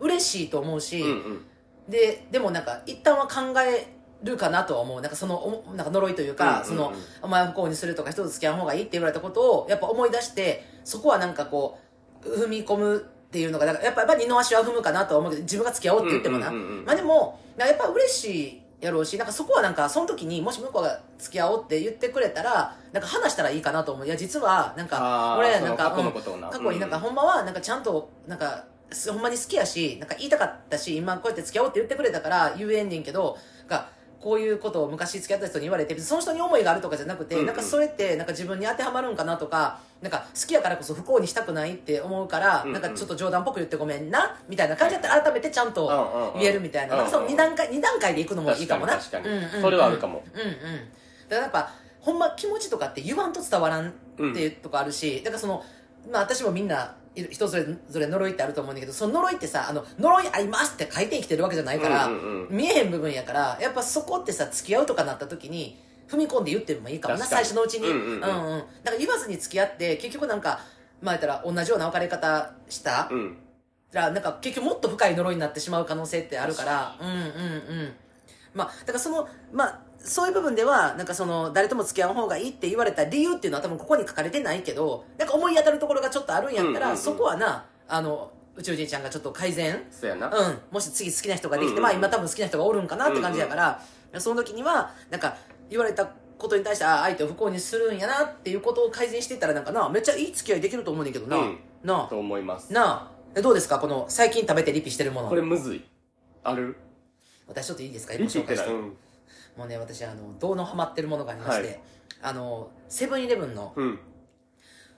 Speaker 1: 嬉しいと思うし、
Speaker 2: うんうん。
Speaker 1: ででもなんか一旦は考えるかなとは思うなんかそのおなんか呪いというか、
Speaker 2: うんうんうん
Speaker 1: そのお前を不幸にするとか人と付き合う方がいいって言われたことをやっぱ思い出してそこはなんかこう踏み込むっていうのがだからやっぱやっぱ二の足は踏むかなとは思うけど自分が付き合おうって言ってもな、
Speaker 2: うんうんうんうん
Speaker 1: まあでもなんかやっぱ嬉しいやろうしなんかそこはなんかその時にもし向こうが付き合おうって言ってくれたらなんか話したらいいかなと思ういや実はなん
Speaker 2: あ
Speaker 1: か
Speaker 2: ー
Speaker 1: 俺
Speaker 2: その
Speaker 1: なんか
Speaker 2: 過去の
Speaker 1: うん
Speaker 2: ことをな
Speaker 1: 過去になん
Speaker 2: う
Speaker 1: か
Speaker 2: ん
Speaker 1: ほんまはなんかちゃんとなんかすほんまに好きやしなんか言いたかったし今こうやって付き合おうって言ってくれたから言えんねんけどがこういうことを昔付き合った人に言われて別にその人に思いがあるとかじゃなくて、
Speaker 2: うんうん
Speaker 1: なんかそれってなんか自分に当てはまるんかなとかなんか好きやからこそ不幸にしたくないって思うから、
Speaker 2: うんうん
Speaker 1: なんかちょっと冗談っぽく言ってごめんなみたいな感じだったら改めてちゃんと
Speaker 2: うんうんうん
Speaker 1: 言えるみたいな,、
Speaker 2: うんうん
Speaker 1: その2段階二段階でいくのもいいかもな
Speaker 2: 確かに確かに
Speaker 1: うんうんうん
Speaker 2: それはあるかも
Speaker 1: うんうんだからやっぱほんま気持ちとかって言わんと伝わらんっていうとこあるし、だからそのまあ私もみんない人それぞれ呪いってあると思うんだけどその呪いってさあの呪いありますって書いて生きてるわけじゃないから、
Speaker 2: うんうんうん
Speaker 1: 見えへん部分やからやっぱそこってさ付き合うとかなった時に踏み込んで言ってもいいかもな
Speaker 2: 確か
Speaker 1: 最初
Speaker 2: に
Speaker 1: のうちに
Speaker 2: う
Speaker 1: うんん
Speaker 2: う
Speaker 1: うん
Speaker 2: うん
Speaker 1: んだから言わずに付き合って結局なんかまあ言ったら同じような別れ方した、
Speaker 2: うん。
Speaker 1: じゃあなんか結局もっと深い呪いになってしまう可能性ってあるからうんうんうんまあだからそのまあそういう部分ではなんかその誰とも付き合う方がいいって言われた理由っていうのは多分ここに書かれてないけどなんか思い当たるところがちょっとあるんやったら、
Speaker 2: うんうんうん
Speaker 1: そこはなあの宇宙人ちゃんがちょっと改善
Speaker 2: そうやな。
Speaker 1: うん、もし次好きな人ができて、
Speaker 2: うんうん
Speaker 1: まあ今多分好きな人がおるんかなって感じやから、その時にはなんか言われたことに対してああ相手を不幸にするんやなっていうことを改善していったらなんかなめっちゃいい付き合いできると思うねんけどな、
Speaker 2: うん
Speaker 1: な
Speaker 2: と思います。
Speaker 1: あなあえどうですかこの最近食べてリピしてるもの
Speaker 2: これむずい。ある
Speaker 1: 私ちょっといいですか
Speaker 2: リピって
Speaker 1: し
Speaker 2: ない。
Speaker 1: て
Speaker 2: う
Speaker 1: もう
Speaker 2: ん。
Speaker 1: ね私あのどうのハマってるものがありまして、
Speaker 2: はい
Speaker 1: あのセブンイレブンの
Speaker 2: うん。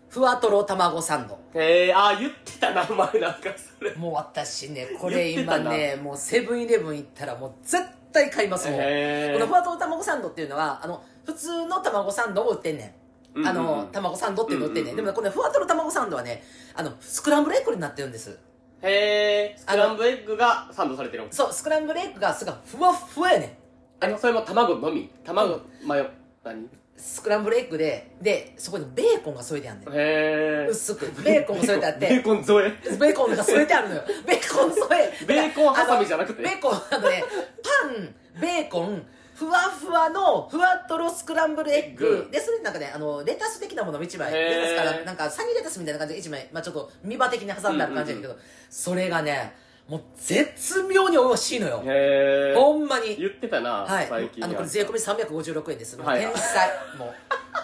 Speaker 1: ふわとろ卵サンド
Speaker 2: えー、あー、言ってたな、お前なんかそれ。
Speaker 1: もう私ねこれ
Speaker 2: 言ってた
Speaker 1: 今
Speaker 2: な
Speaker 1: ねもうセブンイレブン行ったらもう絶対買いますもん
Speaker 2: え
Speaker 1: このふ
Speaker 2: ー。
Speaker 1: わとろ卵サンドっていうのはあの普通の卵サンドを売ってんね
Speaker 2: うん
Speaker 1: んあ
Speaker 2: うんうん
Speaker 1: の卵サンドっていうの売ってんね
Speaker 2: うん
Speaker 1: んで
Speaker 2: うん
Speaker 1: もねこのふわとろ卵サンドはねあのスクランブルエッグになってるんです
Speaker 2: へー。スクランブルエッグがサンドされてる。
Speaker 1: そうスクランブルエッグがすごいふわっふわやねん
Speaker 2: あの、それも卵のみ。卵、マヨ、何
Speaker 1: スクランブルエッグででそこにベーコンが添えてあんねん
Speaker 2: へー。
Speaker 1: 薄くベーコンも添えてあって
Speaker 2: ベーコン添え。
Speaker 1: ベーコンが添えてあるのよ。ベーコン添え。
Speaker 2: ベーコンハサミじゃなくて
Speaker 1: ベーコン、あのね、パン、ベーコン、ふわふわの、ふわとろスクランブルエッ
Speaker 2: う
Speaker 1: グ
Speaker 2: ん。
Speaker 1: で、それになんかね、あの、レタス的なものを一枚。
Speaker 2: へー
Speaker 1: レタスから、なんか、サニーレタスみたいな感じで一枚、まあちょっと、見場的に挟んである感じだけど、それがね、もう絶妙に美味しいのよ。
Speaker 2: へー。
Speaker 1: ほんまに。
Speaker 2: 言ってたな、
Speaker 1: はい、
Speaker 2: 最近。
Speaker 1: あのこれ税込み356円です、もう
Speaker 2: はい
Speaker 1: 天才もう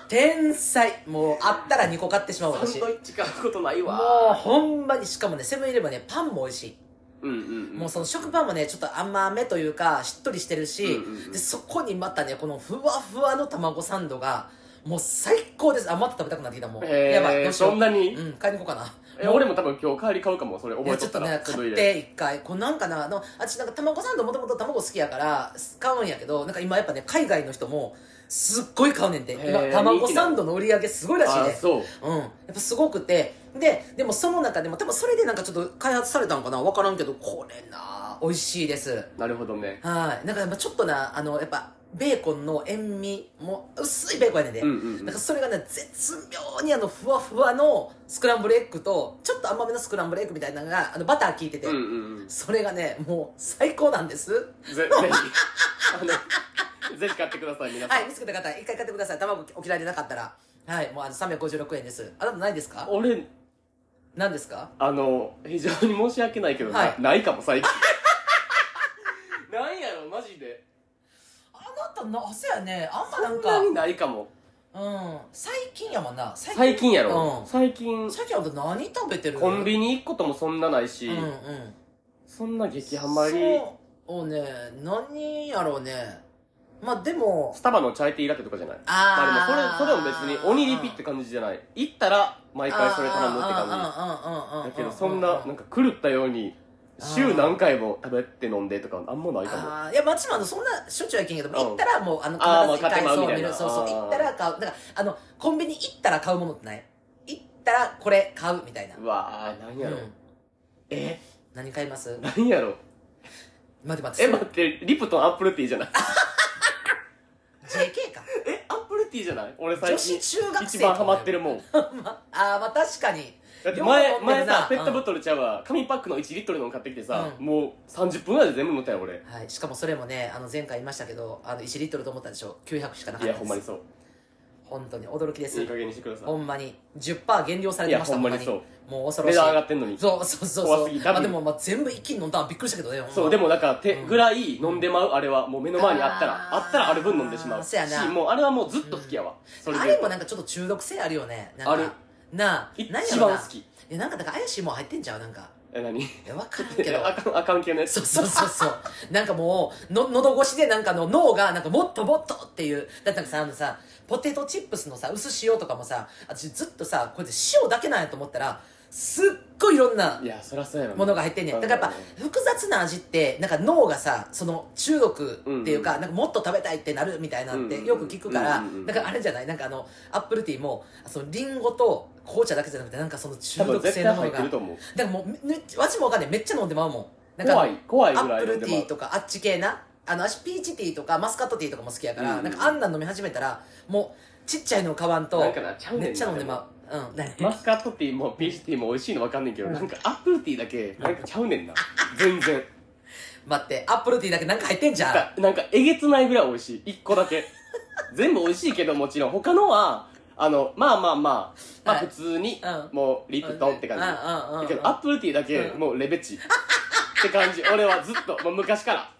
Speaker 1: 天才もうあったら2個買ってしまう
Speaker 2: サ
Speaker 1: 私
Speaker 2: ンドイッチ買うことないわ。
Speaker 1: もうほんまにしかもねセブンイレブンはねパンも美味しい、
Speaker 2: うんうんん
Speaker 1: もうその食パンもねちょっと甘めというかしっとりしてるし、
Speaker 2: うんうんうん
Speaker 1: でそこにまたねこのふわふわの卵サンドがもう最高ですあまた食べたくなってきたもう、
Speaker 2: へー
Speaker 1: やばいどうしよう
Speaker 2: そんなに
Speaker 1: うん買いに行こうかな
Speaker 2: え俺も多分今日帰り買うかもそれ
Speaker 1: い
Speaker 2: 覚え
Speaker 1: や
Speaker 2: と
Speaker 1: ちょ
Speaker 2: っ
Speaker 1: ったと
Speaker 2: ら
Speaker 1: ね
Speaker 2: セブ
Speaker 1: 買
Speaker 2: ンイ
Speaker 1: っ
Speaker 2: レ
Speaker 1: て一回こうなんかなあの私なんか卵サンドもともと卵好きやから買うんやけどなんか今やっぱね海外の人もすっごい買うねんて
Speaker 2: へ
Speaker 1: 今
Speaker 2: ー
Speaker 1: 卵サンドの売り上げすごいらしい
Speaker 2: あ
Speaker 1: ね
Speaker 2: そう
Speaker 1: うん、やっぱすごくてででもその中でも多分それでなんかちょっと開発されたんかな分からんけどこれなあ美味しいです
Speaker 2: なるほどね
Speaker 1: はいなんかやっぱちょっとなあのやっぱベーコンの塩味も薄いベーコンやねんで、
Speaker 2: うんうんうん
Speaker 1: なんかそれがね絶妙にあのふわふわのスクランブルエッグとちょっと甘めのスクランブルエッグみたいなのがあのバター効いてて、
Speaker 2: うんうんうんぜ
Speaker 1: それがねもう最高なんです
Speaker 2: ぜひあのぜひ買ってください皆さん、
Speaker 1: はい見つけた方一回買ってください卵お嫌いでなかったらはいもうあの356円ですあなたないですか
Speaker 2: 俺
Speaker 1: 何ですか
Speaker 2: あの非常に申し訳ないけど、
Speaker 1: はい
Speaker 2: なないかも最近 なんやろマジで
Speaker 1: あなたなそうやねあんま
Speaker 2: そ
Speaker 1: なんん
Speaker 2: な
Speaker 1: か
Speaker 2: にないかも
Speaker 1: うん最近やもんな最
Speaker 2: 最近やろ、
Speaker 1: うん
Speaker 2: 最近
Speaker 1: 最近あんた何食べてる
Speaker 2: コンビニ行くこともそんなないし、
Speaker 1: ニうんうん
Speaker 2: そんな激ハマり
Speaker 1: そうね何やろうねまあでも
Speaker 2: スタバのチャイティーラテとかじゃないまあ
Speaker 1: あ
Speaker 2: でも
Speaker 1: あ
Speaker 2: それそれも別に鬼リピって感じじゃない行ったら毎回それ頼むって感じ
Speaker 1: 感
Speaker 2: だけどそんななんか狂ったように
Speaker 1: あー
Speaker 2: 週何回も食べて飲んでとかあんまないかも
Speaker 1: あーいや町もあのそんなしょっちゅうは行けんけど
Speaker 2: うん
Speaker 1: 行ったらもうあの
Speaker 2: あー
Speaker 1: 必ず
Speaker 2: まあ買ってまう
Speaker 1: そう
Speaker 2: みたいな
Speaker 1: そうそう
Speaker 2: あー
Speaker 1: 行ったら買うだからあのコンビニ行ったら買うものってない行っったらこれ買うみたいな、
Speaker 2: うわー、何やろ
Speaker 1: う。ん
Speaker 2: え
Speaker 1: 何買います
Speaker 2: 何やろ。
Speaker 1: 待って待
Speaker 2: え、
Speaker 1: って
Speaker 2: 待って、リプトンアップルティーじゃない
Speaker 1: JK か
Speaker 2: え、アップルティーじゃない俺最
Speaker 1: 女子
Speaker 2: 近。
Speaker 1: 中学生
Speaker 2: 一番ハマってるもん。だ
Speaker 1: ああまあ確かに
Speaker 2: って前、
Speaker 1: 両方持って
Speaker 2: 前
Speaker 1: るな
Speaker 2: さ、ペット
Speaker 1: うん
Speaker 2: ボトルちゃうわ、紙パックの1リットルのを買ってきてさ、
Speaker 1: う
Speaker 2: もう30分ぐらいで全部飲ったよ、俺。
Speaker 1: はい、しかもそれもねあの前回言いましたけどあの1リットルと思ったでしょ900しかなか
Speaker 2: い
Speaker 1: ったで
Speaker 2: や、
Speaker 1: す
Speaker 2: ほんまにそう。
Speaker 1: 本当に驚きです
Speaker 2: いい加減にしてくださ
Speaker 1: ほんまに10%減量され
Speaker 2: い。
Speaker 1: て
Speaker 2: いや、
Speaker 1: ました
Speaker 2: ほんまにそう。
Speaker 1: もう恐ろ
Speaker 2: 値
Speaker 1: しい
Speaker 2: 段上がってんのに。
Speaker 1: そうそうそう
Speaker 2: 怖
Speaker 1: そ
Speaker 2: すぎ
Speaker 1: う
Speaker 2: ダブル
Speaker 1: あでも、まあ、全部一気に飲んだのびっくりしたけどねほんま
Speaker 2: そう、でもだから、手
Speaker 1: うん
Speaker 2: ぐらい飲んでまう、あれは、もう目の前にあったら、
Speaker 1: あー
Speaker 2: あったらある分飲んでしまう。し
Speaker 1: そうやな、
Speaker 2: もうあれはもうずっと好きやわ。それ
Speaker 1: あ
Speaker 2: で
Speaker 1: れ。もなんかちょっと中毒性あるよねなんか
Speaker 2: ある
Speaker 1: なあ何や
Speaker 2: 一
Speaker 1: ろ
Speaker 2: 番
Speaker 1: な
Speaker 2: 好き。
Speaker 1: いやなんかだから怪しいもん入ってんちゃうなんか
Speaker 2: え、何
Speaker 1: いや分からんけど
Speaker 2: あかん、あかん系のやつ。
Speaker 1: そうそうそうそうなんかもうの喉越しでなんかの脳がなんかもっともっとっていうだってなんかさあのさポテトチップスのさ薄塩とかもさ私ずっとさこれで塩だけなんやと思ったらすっごいいろんない
Speaker 2: や、そりゃそうやろ。
Speaker 1: ものが入ってんねんだからやっぱ複雑な味ってなんか脳がさその中毒っていうか,、なんかもっと食べたいってなるみたいなん
Speaker 2: う
Speaker 1: て
Speaker 2: ん
Speaker 1: よく聞くから、
Speaker 2: うんうん
Speaker 1: だからあれじゃないなんかあのアップルティーもそのリンゴと紅茶だけじゃなくてなんかその中
Speaker 2: 多分
Speaker 1: 毒
Speaker 2: 絶
Speaker 1: 性
Speaker 2: 対
Speaker 1: のもの
Speaker 2: 入って
Speaker 1: が
Speaker 2: ると思う。
Speaker 1: だからもうめわちもわかんないめっちゃ飲んでまうもんなんか
Speaker 2: 怖い、怖い
Speaker 1: ア
Speaker 2: ぐら
Speaker 1: ッ
Speaker 2: い
Speaker 1: プルティー
Speaker 2: と
Speaker 1: とかあっち系なあの私ピーチティーとかマスカットティーとかも好きやから、
Speaker 2: うん
Speaker 1: なんかあんなん飲み始めたらもうちっちゃいのを買わんと
Speaker 2: なんかなちゃうねんな
Speaker 1: めっちゃ飲んでまううん何
Speaker 2: マスカットティーもピーチティーも美味しいの分かんねんけど、
Speaker 1: うん
Speaker 2: なんかアップルティーだけなんかちゃうねんな全然
Speaker 1: 待ってアップルティーだけなんか入ってんじゃん
Speaker 2: だなんかえげつないぐらい美味しい1個だけ 全部美味しいけどもちろん他のはあのまあまあまあ、まあ
Speaker 1: はい
Speaker 2: 普通に、
Speaker 1: うん
Speaker 2: もうリプトンって感じ、
Speaker 1: うんうんうんうん
Speaker 2: だけどアップルティーだけ、
Speaker 1: うん
Speaker 2: もうレベチって感じ俺はずっともう昔から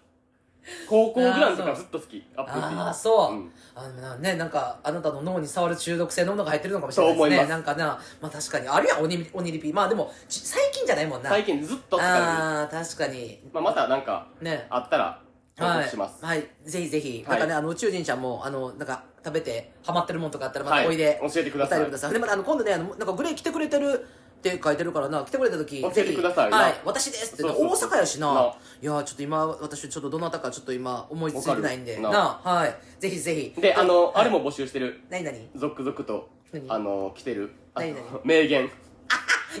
Speaker 2: 高校ぐらいの時からずっと好きアップルティー
Speaker 1: ああそう、
Speaker 2: うん
Speaker 1: あのなねなんかあなたの脳に触る中毒性のものが入ってるのかもしれないで
Speaker 2: そ
Speaker 1: す
Speaker 2: う思い
Speaker 1: ね
Speaker 2: ます
Speaker 1: なんかなまあ確かにあるやん鬼鬼リピまあでもち最近じゃないもんな
Speaker 2: 最近ずっとって感じ
Speaker 1: ああ確かに
Speaker 2: まあ、またなんか
Speaker 1: ね
Speaker 2: あったら報
Speaker 1: は
Speaker 2: 告
Speaker 1: い、
Speaker 2: します、
Speaker 1: はい、ぜひぜひ、
Speaker 2: は
Speaker 1: な
Speaker 2: い
Speaker 1: んかねあの宇宙人ちゃんもあのなんか食べてハマってるもんとかあったらま
Speaker 2: は
Speaker 1: たおいで、
Speaker 2: 教えてく
Speaker 1: お
Speaker 2: ださ
Speaker 1: 便
Speaker 2: い
Speaker 1: りくださいでまたあの今度ねあのなんかグレー来てくれてるって書いてるからな来てくれた時
Speaker 2: 教えて
Speaker 1: ぜひ
Speaker 2: くださ
Speaker 1: は
Speaker 2: いない
Speaker 1: 私ですって
Speaker 2: そうそうそう
Speaker 1: 大阪やしな
Speaker 2: ない
Speaker 1: やーちょっと今私ちょっとどなたかちょっと今思いついてないんで
Speaker 2: わか
Speaker 1: な
Speaker 2: る
Speaker 1: はいぜひぜひ
Speaker 2: で、あの、
Speaker 1: はい
Speaker 2: あれも募集してる。
Speaker 1: 何何
Speaker 2: 続々と、
Speaker 1: 何
Speaker 2: あの、来てる。あ
Speaker 1: 何々
Speaker 2: 名言。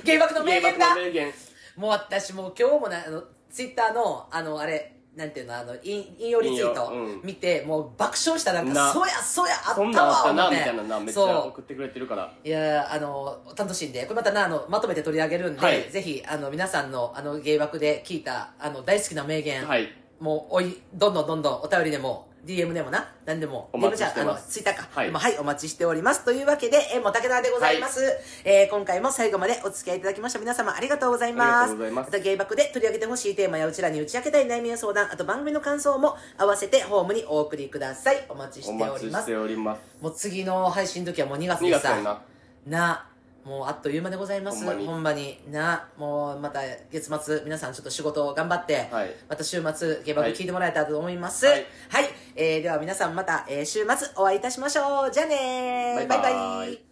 Speaker 1: 原爆の名言だ
Speaker 2: 原爆の名言。
Speaker 1: もう私もう今日もなあのツイッターのあのあれなんていうのあの引引用リツイート
Speaker 2: 引用うん
Speaker 1: 見て、もう爆笑したなんか
Speaker 2: な
Speaker 1: そうやそうやあった
Speaker 2: そ
Speaker 1: わ
Speaker 2: んなんあったな、
Speaker 1: 思
Speaker 2: み
Speaker 1: て
Speaker 2: たいなな、めっちゃ
Speaker 1: そ
Speaker 2: 送ってくれてるから。
Speaker 1: ういやーあの楽しいんでこれまたなあのまとめて取り上げるんで、
Speaker 2: はい
Speaker 1: ぜひあの皆さんのあの芸爆で聞いたあの大好きな名言、
Speaker 2: はい。
Speaker 1: もうおいどんどんどんどんお便りでも DM でもな何でも
Speaker 2: お待ち
Speaker 1: DM
Speaker 2: して
Speaker 1: じゃあ
Speaker 2: ます
Speaker 1: あのツイッターか
Speaker 2: はい
Speaker 1: でもはいお待ちしておりますというわけでえもう武田でございます、えー今回も最後までお付き合いいただきました皆様ありがとうござい
Speaker 2: あ
Speaker 1: ま
Speaker 2: りがと
Speaker 1: す
Speaker 2: うございます
Speaker 1: また芸爆で取り上げてほしいテーマやうちらに打ち明けたい悩みや相談あと番組の感想も合わせてホームにお送りくださいお待ち
Speaker 2: お
Speaker 1: してお
Speaker 2: 待
Speaker 1: り
Speaker 2: ち
Speaker 1: ま
Speaker 2: し
Speaker 1: す
Speaker 2: ております。
Speaker 1: もう次の配信の時はもう2月
Speaker 2: 2
Speaker 1: で
Speaker 2: 月
Speaker 1: さ
Speaker 2: やな。
Speaker 1: なもうあっという間でございます
Speaker 2: ほんまに
Speaker 1: になもうまた月末皆さんちょっと仕事を頑張って、
Speaker 2: はい
Speaker 1: また週末下馬
Speaker 2: はい
Speaker 1: 聞いてもらえたらと思います
Speaker 2: は
Speaker 1: はいい、えーでは皆さんまた、えー週末お会いいたしましょうじゃあねー
Speaker 2: バイバーイ
Speaker 1: バイバイ